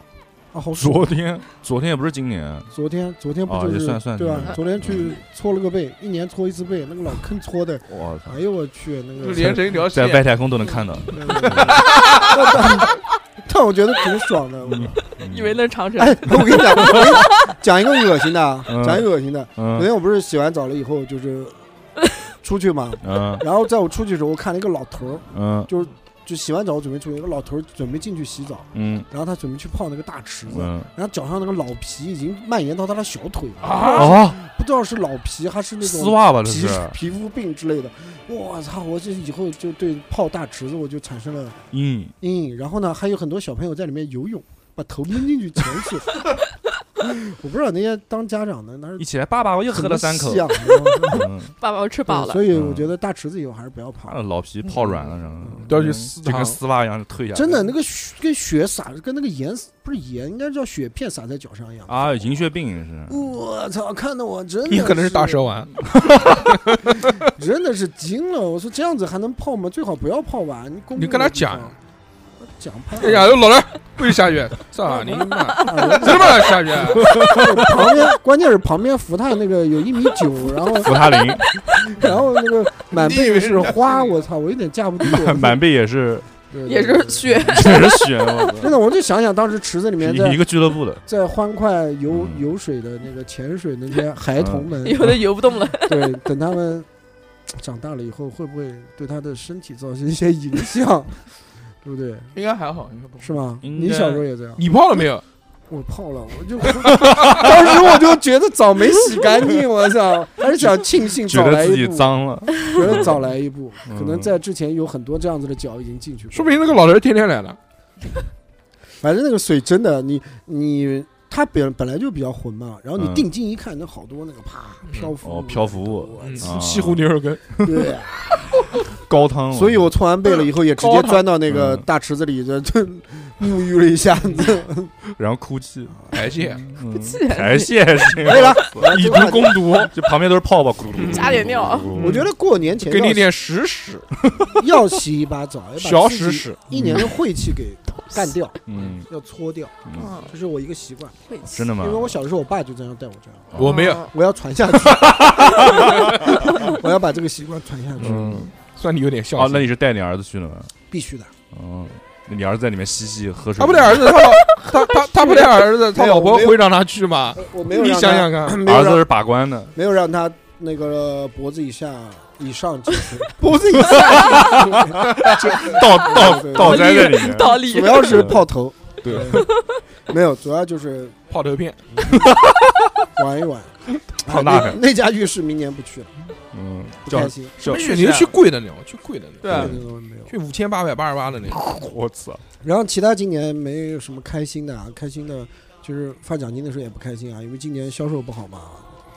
S2: 啊，好爽！
S6: 昨天，昨天也不是今年，
S2: 昨天昨天不
S6: 哦
S2: 就
S6: 也
S2: 是、
S6: 算嗯算
S2: 对吧
S6: 是？
S2: 昨天去搓了个背，一年搓一次背，那个老坑搓的，
S6: 我操，
S2: 哎呦我去，那个
S4: 就连人聊
S6: 在
S4: 天
S6: 外太 <laughs> 空都能 <laughs> 看到，
S2: <laughs> 对对对但但我觉得挺爽的。
S6: 嗯
S2: 我
S8: 以为能长城。
S2: 哎，我跟你讲，我跟你讲一个恶心的啊，
S6: 嗯
S2: 讲一个恶心的。昨
S6: 嗯
S2: 天我不是洗完澡了以后
S6: <laughs>
S2: 就是出去嘛，
S6: 嗯
S2: 然后在我出去的时候，我看了一个老头儿，
S6: 嗯
S2: 就是就洗完澡准备出去，一个老头儿准备进去洗澡，
S6: 嗯
S2: 然后他准备去泡那个大池子，
S6: 嗯，
S2: 然后脚上那个老皮已经蔓延到他的小腿了，
S6: 哦，
S2: 不知道是老皮还啊是那
S6: 丝
S2: 种
S6: 袜吧这
S2: 皮
S6: 是，
S2: 皮肤病之类的。我操！我这以后就对泡大池子我就产生了
S6: 嗯，
S2: 阴影。然后呢，还有很多小朋友在里面游泳，把头闷进去潜水。 <laughs> 我不知道那些当家长的那是
S6: 一起来，爸爸我又喝了三口
S2: 呃怎，么想的
S6: 嗯，
S8: 爸爸，我吃饱
S2: 对
S8: 了。
S2: 所以我觉
S4: 嗯
S2: 得大池子以后还是不要泡
S6: 妈
S2: 了。
S6: 的老皮泡软了，然后
S2: 嗯
S4: 都要去撕
S6: 嗯就
S4: 他
S6: 跟。丝袜一样退下来，
S2: 真的，那个血跟血撒，跟那个盐不是盐，应该叫雪片撒在脚上一样。
S6: 啊，有银屑病也是，
S2: 我操！看的我真的，
S4: 你可能是大蛇，丸，
S2: <laughs> 真的是惊了。我说这样子还能泡吗？最好不要泡吧。你公
S4: 你跟他讲，
S2: 我讲怕。
S4: 哎呀，老人不许下雨，操你妈，
S2: 啊
S4: 什么下雨？
S2: <laughs> 旁边关键是旁边扶他的那个有一米
S4: <laughs>
S2: 九，然后
S6: 扶他林
S2: <laughs> 然后那个满
S4: 你以
S2: 背
S4: 为
S2: 是花，我操，我有点架不住。
S4: <laughs>
S2: <laughs> 我
S6: <laughs> 满背也
S8: <laughs>
S6: 是
S2: 对对
S8: 也是血，
S6: 也是血，我操
S2: 真的，我就想想当时池子里面
S6: 一一
S2: 在
S6: 个俱乐部的，
S2: 在欢快游
S6: 嗯
S2: 游水的那个潜水那些孩童
S3: 嗯
S2: 们，啊
S8: 有的游不动了。
S2: 对，等他们长大了以后，会不会对他的身体造成一些影
S6: <laughs>
S2: 响？对不对？
S7: 应该还好，应该不会
S2: 是吗？
S6: 应
S2: 你
S6: 该
S2: 小时候也这样？
S4: 你泡了没有？
S2: 我泡了，我
S6: <laughs>
S2: 就当时我就觉得澡没洗干净，我
S6: <laughs>
S2: 操，还是想庆幸
S6: 觉
S2: 早来
S6: 得自
S2: 一
S6: 己
S2: 步，
S6: 脏了，
S2: 觉得早来一步。可能
S6: 嗯
S2: 在之前有很多这样子的脚已经进去过，
S4: 说不定那个老头天天来了。
S2: 反正那个水真的，你你它本本来就比较浑嘛，然后你
S6: 嗯
S2: 定睛一看，那好多那个啪
S4: 嗯
S2: 漂浮
S6: 哦漂浮物嗯
S2: 我操
S6: 啊
S4: 西湖牛肉羹，
S2: <laughs> 对
S6: <laughs>
S2: 啊，
S6: 高汤，
S2: <laughs> 所以我搓完背了以后，也直接
S4: 高汤
S2: 钻到那个
S6: 嗯
S2: 大池子里，就就沐浴了一下子。
S4: 嗯
S6: 然后哭泣，
S4: 白蟹，
S6: 嗯
S8: 气人
S6: 排
S2: <laughs>
S6: 泄是
S2: 对了，
S6: <laughs> 以毒攻毒，就旁边都是泡泡，咕噜咕噜
S8: <laughs> 加点尿，
S2: 我觉得过年前
S4: 给你
S2: 要
S4: 点屎屎，
S2: 要洗一把澡，要把
S4: 小
S2: 自
S4: 屎
S2: 己
S4: 屎，
S2: 一年的晦气给干掉，
S6: 嗯，
S2: 要搓掉，
S6: 嗯
S2: 这是我一个习惯。
S8: 晦气
S6: 真的
S2: 因
S6: 吗
S2: 为？我小时候，我爸就这样带我这样，
S6: 嗯
S4: 我没有，
S8: 哦
S2: 我要传下
S6: <laughs>
S2: 去，我要把这个习惯传下去，
S6: 嗯，
S4: 算你有点孝
S6: 哦，那
S4: 心。
S6: 你是带你儿子去的吗？
S2: 必须的。
S6: 嗯，那你儿子在里面嬉戏喝水，
S4: 他
S2: 啊
S4: 不带儿子，他老他他他不带儿子，他
S2: 没有
S4: 老婆
S2: 没有
S4: 会让他去吗？
S2: 呃我没有
S4: 你
S2: 让
S4: 想
S2: 他
S4: 想看，
S2: <laughs> <clears throat> 没有
S6: 儿
S2: 让
S6: 子是把关的，
S2: 没有让他那个脖子以下以上接
S4: <laughs>
S2: 触，
S4: 不是你
S6: 倒倒倒栽在里面，
S8: 道理
S2: <laughs> 嗯主要是泡头。
S4: 对，
S2: 没有，主要就是
S4: 泡头片，
S2: 玩一
S4: <laughs>
S2: 玩。啊
S6: 泡
S2: 那
S6: 大海，
S2: 那家浴室明年不去了，
S6: 嗯，
S2: 不
S6: 叫
S2: 开心。
S6: 叫
S4: 去你是去贵的那种，去贵的那种，
S7: 对啊
S2: 那个没有。
S4: 去五千八百八十八的那种。
S6: <laughs> 我操，
S2: 然后其他今年没有什么开心的，啊，开心的就是发奖金的时候也不开心啊，因为今年销售不好嘛，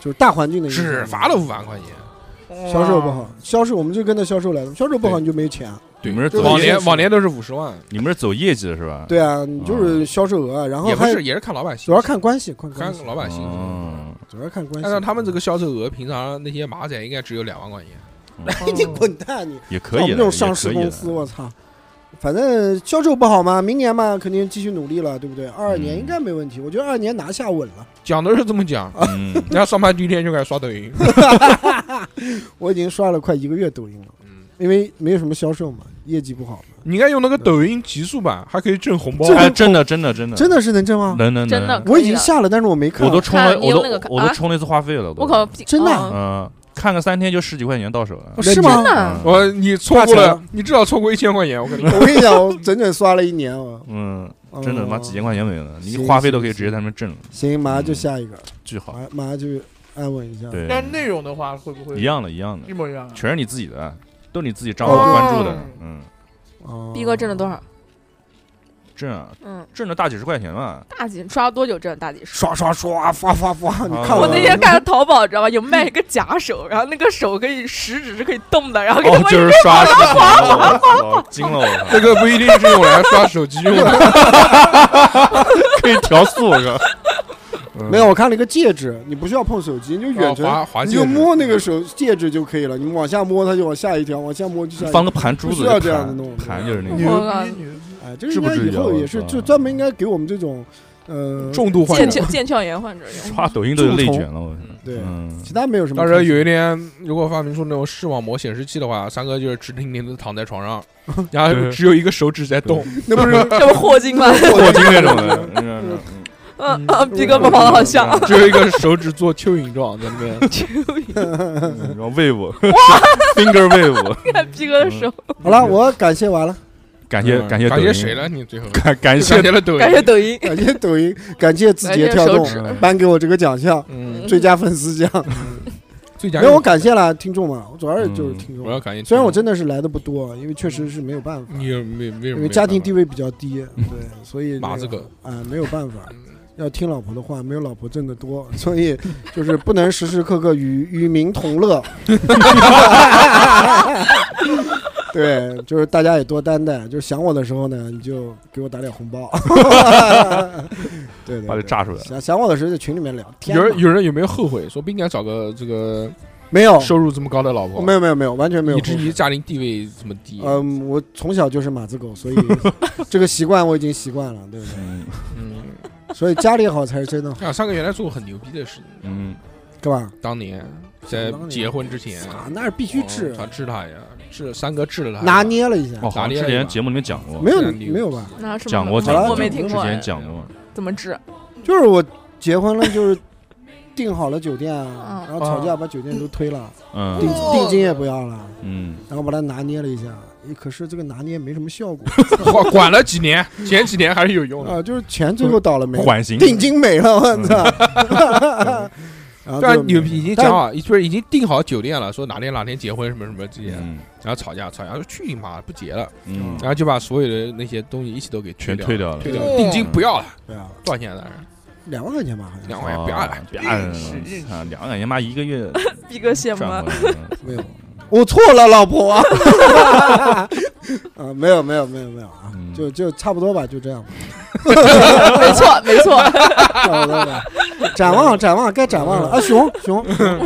S2: 就是大环境的影响嘛
S4: 只罚了五万块钱，
S2: 销售不好，销售我们就跟着销售来的，销售不好
S4: 对
S2: 你就没有钱啊。
S6: 你们是走
S4: 往
S6: 业
S4: 年往年都是五十万，
S6: 你们是走业绩的是吧？，哦
S2: 对啊，你就是销售额啊，然后
S4: 也不
S2: 还
S4: 是也是看老百姓，
S2: 主要看关系，看关
S4: 看
S2: 系，
S4: 老百姓。
S6: 嗯，
S2: 主要看关系。
S4: 按照他们这个销售额，平常那些马仔应该只有两万块钱。
S2: <laughs> 你滚嗯蛋你！
S6: 也可
S2: 像我
S6: 以
S2: 们
S6: 的，
S2: 这种上市
S6: 也可以
S2: 公
S6: 的
S2: 司，我操，反正销售不好嘛，明年嘛肯定继续努力了，对不对？二二年
S6: 嗯
S2: 应该没问题，我觉得二二年拿下稳了。
S4: 讲都是这么讲，
S6: 嗯，
S4: 人家上班第一天就开始刷抖音。
S2: 我已经刷了快一个月抖音了，
S4: 嗯，
S2: 因为没有什么销售嘛，业绩不好嘛，
S4: 你应该用那个抖音极速版，还可以挣红包。
S2: 这
S6: 哎，真的真的真的
S2: 真的是能挣吗？
S6: 能能
S8: 真的
S6: 能，
S2: 我已经下了，但是我没看，
S6: 我都充了，
S8: 看你
S6: 我
S8: 用那
S6: 都
S8: 个
S6: 我都
S8: 啊
S6: 充了一次话费了，都
S8: 我靠，
S2: 真的啊
S8: 嗯
S6: 嗯，看个三天就十几块钱到手了
S2: 哦，是吗
S8: 真？的
S6: 嗯
S4: 我你错过
S2: 大
S4: 了
S2: 钱，
S4: 你至少错过一千块钱。我跟你讲，
S2: 我跟你讲，我整整刷了一年啊，
S6: 嗯，
S2: 哦
S6: 真的妈几千。块钱没了，你
S2: 行
S6: 话费都
S2: 行哎
S6: 可以直接在那边挣了，
S2: 行，马上就下一个，
S6: 巨好
S2: 马。马上就安稳一下。
S6: 对，
S7: 但是内容的话会不会
S6: 一样的，一样的
S7: 一，模一样啊？
S6: 全是你自己的，都是你自己账号关
S2: 啊
S6: 注的
S7: 哦，
S6: 嗯，
S2: 哦，
S3: 逼哥挣了多少？
S6: 挣啊
S3: 嗯，
S6: 挣了大几十块钱嘛，
S3: 大几刷了多久挣大几十？
S2: 刷刷刷，发发发！你看
S6: 哦
S3: 我
S2: 了
S3: 那天看淘宝，知道吧？有卖一个假手，然后那个手可以食指是可以动的，然后给
S6: 哦
S3: 他，们
S6: 就是刷视频，我操，惊了我操，
S4: <laughs> 那个不一定是用来刷手机用 <laughs> 的，
S6: 可以调速，我靠，
S2: 没有，我看了一个戒指，你不需要碰手机，你就远程，
S4: 嗯哦啊滑滑
S2: 你
S4: 戒
S2: 就
S4: 指
S2: 摸那个手戒指就可以了。你往下摸，它就往下一条，往下摸就下一
S6: <laughs>
S2: 条。
S6: 放个盘珠
S2: 不
S6: 子
S2: 需要
S6: 就
S2: 这样
S6: 盘，
S2: 子弄
S6: 盘就是那
S7: 牛
S6: 个，
S3: 我靠
S7: 逼牛逼！
S2: 哎，这个
S6: 至不
S2: 应该
S6: 至于
S2: 以后
S6: 啊
S2: 也是，
S6: 我操
S2: 就专门应该给我们这种，呃，
S4: 重度患
S3: 腱
S4: 者。
S3: 鞘腱鞘炎患者用。
S6: 刷抖音都有内卷了，我操，
S2: 对，
S6: 嗯，
S2: 其他没有什么
S4: 到
S2: 看法。
S4: 时候有一天，如果发明出那种视网膜显示器的话，三哥就是直挺挺的躺在床上， <laughs> 然后
S6: 对
S4: 只有一个手指在动，
S2: 那不是
S3: 这不霍
S6: <laughs>
S3: 金吗？
S6: 霍金那种的，
S3: <laughs>
S6: 嗯
S3: 嗯嗯，逼哥模仿的好像。
S4: <laughs> 只有一个手指做蚯蚓状在那边。
S6: <laughs> 嗯然后 wave <laughs> finger wave，
S3: 看逼哥的手，
S2: <laughs>
S6: 嗯
S2: 好了，我感谢完了，
S4: <laughs>
S6: 感谢
S4: 嗯
S6: 感谢
S4: 感
S6: 抖
S4: 谢
S6: 音
S4: 谁？了？你最后
S6: 感 <laughs> 感谢
S4: 感谢了抖音
S3: 感。谢抖音。
S2: 感谢抖音，感谢字
S3: 感
S2: 节
S3: 谢
S2: 跳动
S3: 手指
S2: 颁给我这个奖项，
S4: 嗯，
S2: 最佳粉
S4: <laughs>
S2: 丝奖。
S4: 最佳
S2: 没有，我感谢了听众嘛，我主要是就是听众
S4: 我。要感谢。
S2: 虽然我真的是来的不多，因为确实是没有办法，
S4: 你有没为什
S2: 因
S4: 么
S2: 为
S4: 没
S2: 家庭地
S4: 办
S2: 位比较低，对，所以
S4: 马
S2: 那
S4: 嗯子
S2: 个
S4: 狗
S2: 啊没有办法
S4: 法。。嗯
S2: 要听老婆的话，没有老婆挣得多， <laughs> 所以就是不能时时刻刻与与民同乐。 <laughs> 对，就是大家也多担待，就是想我的时候呢，你就给我打点红包。 <laughs> 对对
S6: 把你
S2: 对，
S6: 炸出来，
S2: 想想我的时候在群里面聊天
S4: 有
S2: 嘛。
S4: 人有人有没有后悔说不应该找个这个
S2: 没有？
S4: 收入这么高的老婆？
S2: 哦没有没有没有，完全没有
S4: 以
S2: 后
S4: 至
S2: 悔。
S4: 于家庭地位这么低。
S2: 嗯，我从小就是马子狗，
S4: <laughs>
S2: 所以这个习惯我已经习惯了，对不对？
S6: 嗯
S4: 嗯，
S2: 所以家里好才是真的好，
S4: 啊，三哥原来做过很牛逼的事情，
S6: 嗯，
S2: 对吧？
S4: 当年在结婚之前，
S2: 啊，那是必须治，
S4: 他治他呀，治三哥治了他，
S2: 拿捏了一下
S6: 哦，，好像之前节目里面讲过
S2: 没，有
S4: 对啊你
S2: 没有吧？
S3: 那什么
S6: 讲过
S2: 好
S6: 讲
S2: 了
S6: 过，
S3: 我没听过
S6: 之
S3: 哎。
S6: 前讲过，
S3: 怎么治？
S2: 就是我结婚了，就是订好了酒店
S3: 嗯
S2: 啊，然后吵架把酒店都推了，
S6: 嗯
S2: 定定金也不要了，
S6: 嗯，
S2: 然后把它拿捏了一下，诶可是这个拿捏没什么效果
S4: 管管了几年， <laughs> 前几年还是有用的。
S2: 啊，就是钱最后倒了 <laughs> 霉，
S6: 缓刑，
S2: 定金没了，我操！ <laughs> 然后
S4: 对啊
S2: 就，没
S4: 牛逼，已经
S2: 但
S4: 讲好，就是已经订好酒店了，说哪天哪天结婚什么什么这些，
S6: 嗯
S4: 然后吵架吵架说去你妈不结了，
S6: 嗯，
S4: 然后就把所有的那些东西一起都给
S6: 全
S4: 退
S6: 退
S4: 掉了，
S6: 掉了，
S4: 退掉了，定金不要了，
S2: 对啊，
S4: 多少钱来着？
S2: 两万块钱吧，好像
S4: 两万哎不要了，
S6: 不要了，啊，两万块钱妈一个月
S3: 逼哥羡慕
S6: 赚
S3: 啊吗？
S6: 回来了，嗯
S2: 没有。我错了，老婆。 <laughs> 啊，没有没有没有没有啊，
S6: 嗯
S2: 就就差不多吧，就这样吧，
S6: <laughs>
S3: 没错，没错。
S2: 差不多吧。展望展望，该展望了啊！熊熊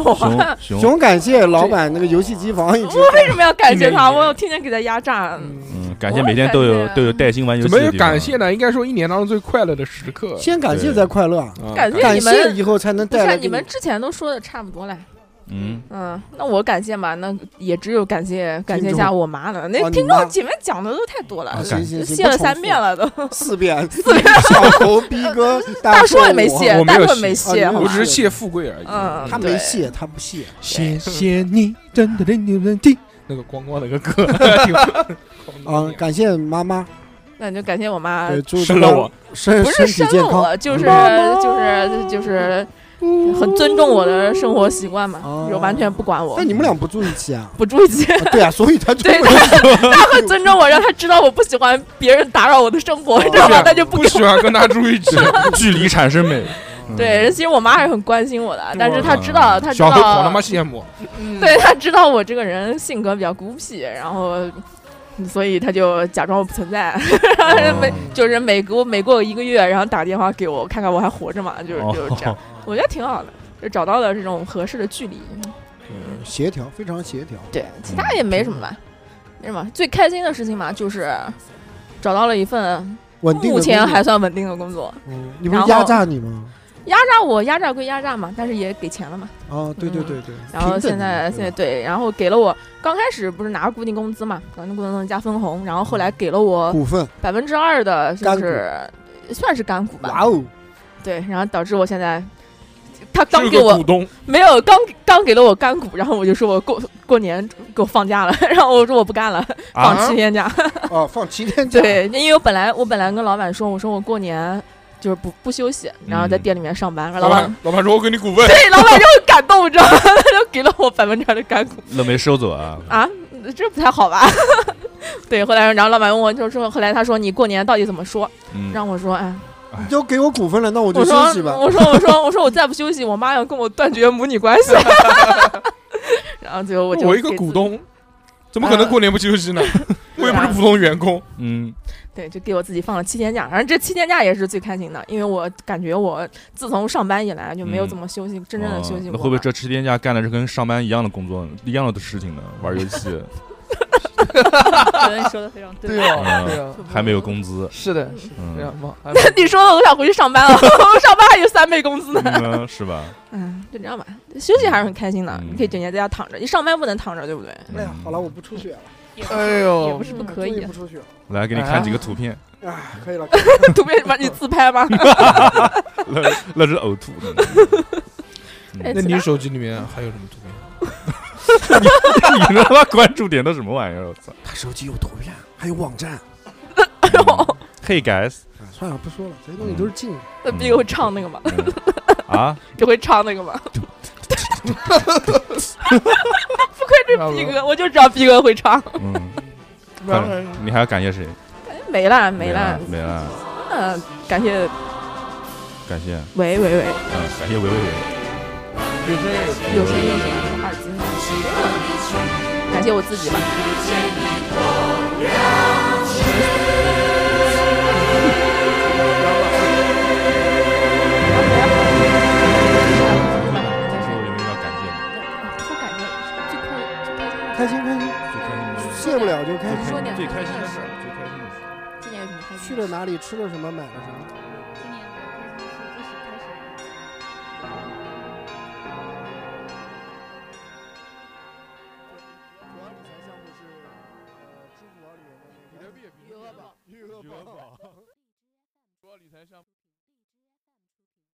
S3: 我
S6: 熊熊，
S2: 熊感谢老板那个游戏机房一直
S3: 为什么要感谢他？
S4: 一年一年
S3: 我天天给他压榨。
S6: 嗯，感谢每天都
S3: 啊
S6: 有都有带薪玩游
S4: 怎
S6: 戏
S4: 么
S6: 的地
S4: 有
S6: 方，
S4: 感谢呢？应该说一年当中最快乐的时刻。
S2: 先感谢再快乐啊！
S4: 啊
S3: 感谢
S2: 感
S3: 你
S2: 谢
S3: 们
S2: 以后才能
S3: 不
S2: 带来
S3: 是啊
S2: 给
S3: 你们之前都说的差不多了，
S6: 嗯，
S3: 嗯，那我感谢嘛，那也只有感谢感谢一下我妈了。
S2: 哦
S3: 那
S2: 你
S3: 听
S2: 妈
S3: 众前面讲的都太多了
S2: 啊，行行行
S3: 谢了
S2: 不重
S3: 三
S2: 复
S3: 遍了都，
S2: 四遍，四遍小猴逼
S3: <laughs>
S2: 哥，
S3: 大叔也没
S2: 我
S3: 谢
S4: 我，没
S3: 大
S4: 有
S3: 叔也
S4: 谢
S3: 没谢，
S2: 啊你
S3: <laughs> 好
S2: 没有
S4: 我
S3: 吧
S4: 只是谢富贵而已。
S3: 嗯
S2: 他没谢，他不谢。
S4: 谢谢你，真的真的真的。那个光光那个歌，
S3: 嗯
S2: 啊，感谢妈妈，
S3: 那你就感谢我妈，
S2: 对，祝
S4: 生了我，
S2: 身
S3: 啊不
S2: 身
S3: 是
S2: 体
S3: 生
S2: 健
S3: 了
S2: 康
S3: 我，就是就是就是很尊重我的生活习惯嘛
S2: 啊哦，
S3: 就完全不管我
S2: 但，你们俩不住一
S3: <laughs>
S2: 起啊？
S3: 不注意接。
S2: <laughs> 啊对啊，所以他就
S4: <laughs>
S3: 对他会尊重我，让他知道我不喜欢别人打扰我的生
S2: 哦
S3: 活，知道吧？他就不
S4: <laughs> 不
S3: 跟
S4: 喜欢跟他住一起。
S6: 距离产生美，
S3: 我。对，其实我妈还是很关心我的，但是她知
S6: 啊
S3: 道，她知
S4: 小何狂他
S3: 道
S4: 妈，羡慕，
S2: 嗯
S3: 对她知道我这个人性格比较孤僻，然后。所以她就假装我不存在， <laughs>
S4: 嗯
S3: 然后
S6: 嗯
S3: 每就是每隔每过一个月，然后打电话给我，看看我还活着嘛，就是就是这
S2: 哦
S3: 样，我觉得挺好的，就找到了这种合适的距离。
S2: 嗯协调，非常协调。
S3: 对，其他也没什么吧，没什么。最开心的事情嘛，就是找到了一份
S2: 稳定的
S3: 目
S2: 工作。
S3: 前还算稳定的工作。
S2: 嗯，你不是
S3: 然后
S2: 压榨你吗？
S3: 压榨我压榨归压榨嘛，但是也给钱了嘛。
S2: 啊，对对对对。
S3: 嗯然后
S2: 平等
S3: 现在
S2: 的
S3: 现在对，然后给了我刚开始不是拿固定工资嘛，固定工资加分红，然后后来给了我 <laughs>
S2: 股份，
S3: 百分之二的，就
S2: 干股
S3: 是算是干股
S2: 哇
S3: 吧。
S2: 哦，
S3: 对，然后导致我现在。他刚
S4: 是
S3: 给
S4: 个
S3: 我
S4: 股东，
S3: 没有刚刚给了我干股，然后我就说我过过年给我放假了， <laughs> 然后我说我不干了，放七天假。
S2: <laughs> 哦，放七天假，
S3: 对，因为我本来我本来跟老板说，我说我过年就是不不休息，然后在
S6: 嗯
S3: 店里面上班。然
S4: 老
S3: 后老板
S4: 板，老板说：“我给你股份。
S3: 对，老板就很感动，你知道吗？ <laughs> 他就给了我百分之二的干股
S6: 那没收走啊？
S3: 啊，这不太好吧？ <laughs> 对，后来然后老板问我，就说后来他说你过年到底怎么说？
S6: 嗯，
S3: 让我说，哎，
S2: 你就给我股份了，那我就
S3: 我说
S2: 休息吧。
S3: 我说我说我说我再不休息，我妈要跟我断绝母女关系。 <laughs> 然后最后我就
S4: 我一个
S3: 给自
S4: 股，东，怎么可能过年不休
S3: <laughs>
S4: 息呢？我
S3: 啊
S4: 又不是普通员工。
S6: 嗯，
S3: 对，就给我自己放了七天假。反正这七天假也是最开心的，因为我感觉我自从上班以来就没有
S6: 嗯
S3: 怎么休息，真正的休息
S6: 哦
S3: 过
S6: 那
S3: 了。
S6: 会不会这七天假干的是跟上班一样的工作、一样的事情呢？玩游戏
S5: 觉得你说的非常
S7: 对
S5: 对。
S7: 啊，
S6: 嗯
S7: 对啊，
S6: <laughs> 还没有工资，
S7: 是的，是
S6: 嗯
S7: 这样嘛。还
S3: 那 <laughs> 你说的，我想回去上班了，我上班还有三倍工资呢。
S6: 嗯，是
S3: <laughs>
S6: 吧？
S3: 嗯，就这样吧，休息还是很开心的。
S6: 嗯
S3: 你可以整天在家躺着，你上班不能躺着，对不对？ <laughs>
S2: 哎呀，好了，我不出血了，
S7: 哎
S5: 也
S7: 呦
S5: 不，是不可
S2: 终
S5: 以
S2: 于不，出血了。
S6: 来给你看几
S3: 哎
S6: 个图
S3: <laughs>
S6: 片，
S2: 啊，可以了，
S3: 图片什么？你自拍吗？ <laughs>
S6: 那那是呕吐。
S3: 哎
S6: 嗯
S3: <laughs>
S4: 那
S3: 其
S4: 你
S3: 他
S4: 手机里面还有什么图片？
S6: 你他妈关注点都什么玩意儿？我操
S2: 他手机有图片，还有网站。
S3: 哎
S6: 嗯！Hey guys，
S3: <laughs>
S2: 啊，算了，不说了，这些东西都是近的。
S3: 那不就会唱那个吗？
S6: 嗯啊，
S3: 就会唱那个 <laughs> 吗？
S7: 这
S3: 逼哥，我就知道逼哥会唱。
S6: 嗯，快点你还要感谢谁？
S3: 哎没了，没
S6: 没
S3: 了。
S6: 没了，
S3: 嗯，感谢，
S6: 感谢，嗯，
S3: 喂喂喂，
S6: 感谢维维维，
S3: 有声音有声音，耳机。感谢我自己吧。
S6: 最后有没有要感谢
S5: 我感觉最快
S2: 开心开
S5: 最开心的
S2: 心，
S6: 最开心的事？
S2: 谢不了就开心。
S5: 说点
S6: 最开心的事儿，最开心的事儿。
S5: 今年有什么开
S2: 去
S5: 心的
S2: 了哪里，吃了什么，买了什么？
S5: 今年比较开心的事就是开始
S2: 余额宝，余额宝。
S7: 理财项目。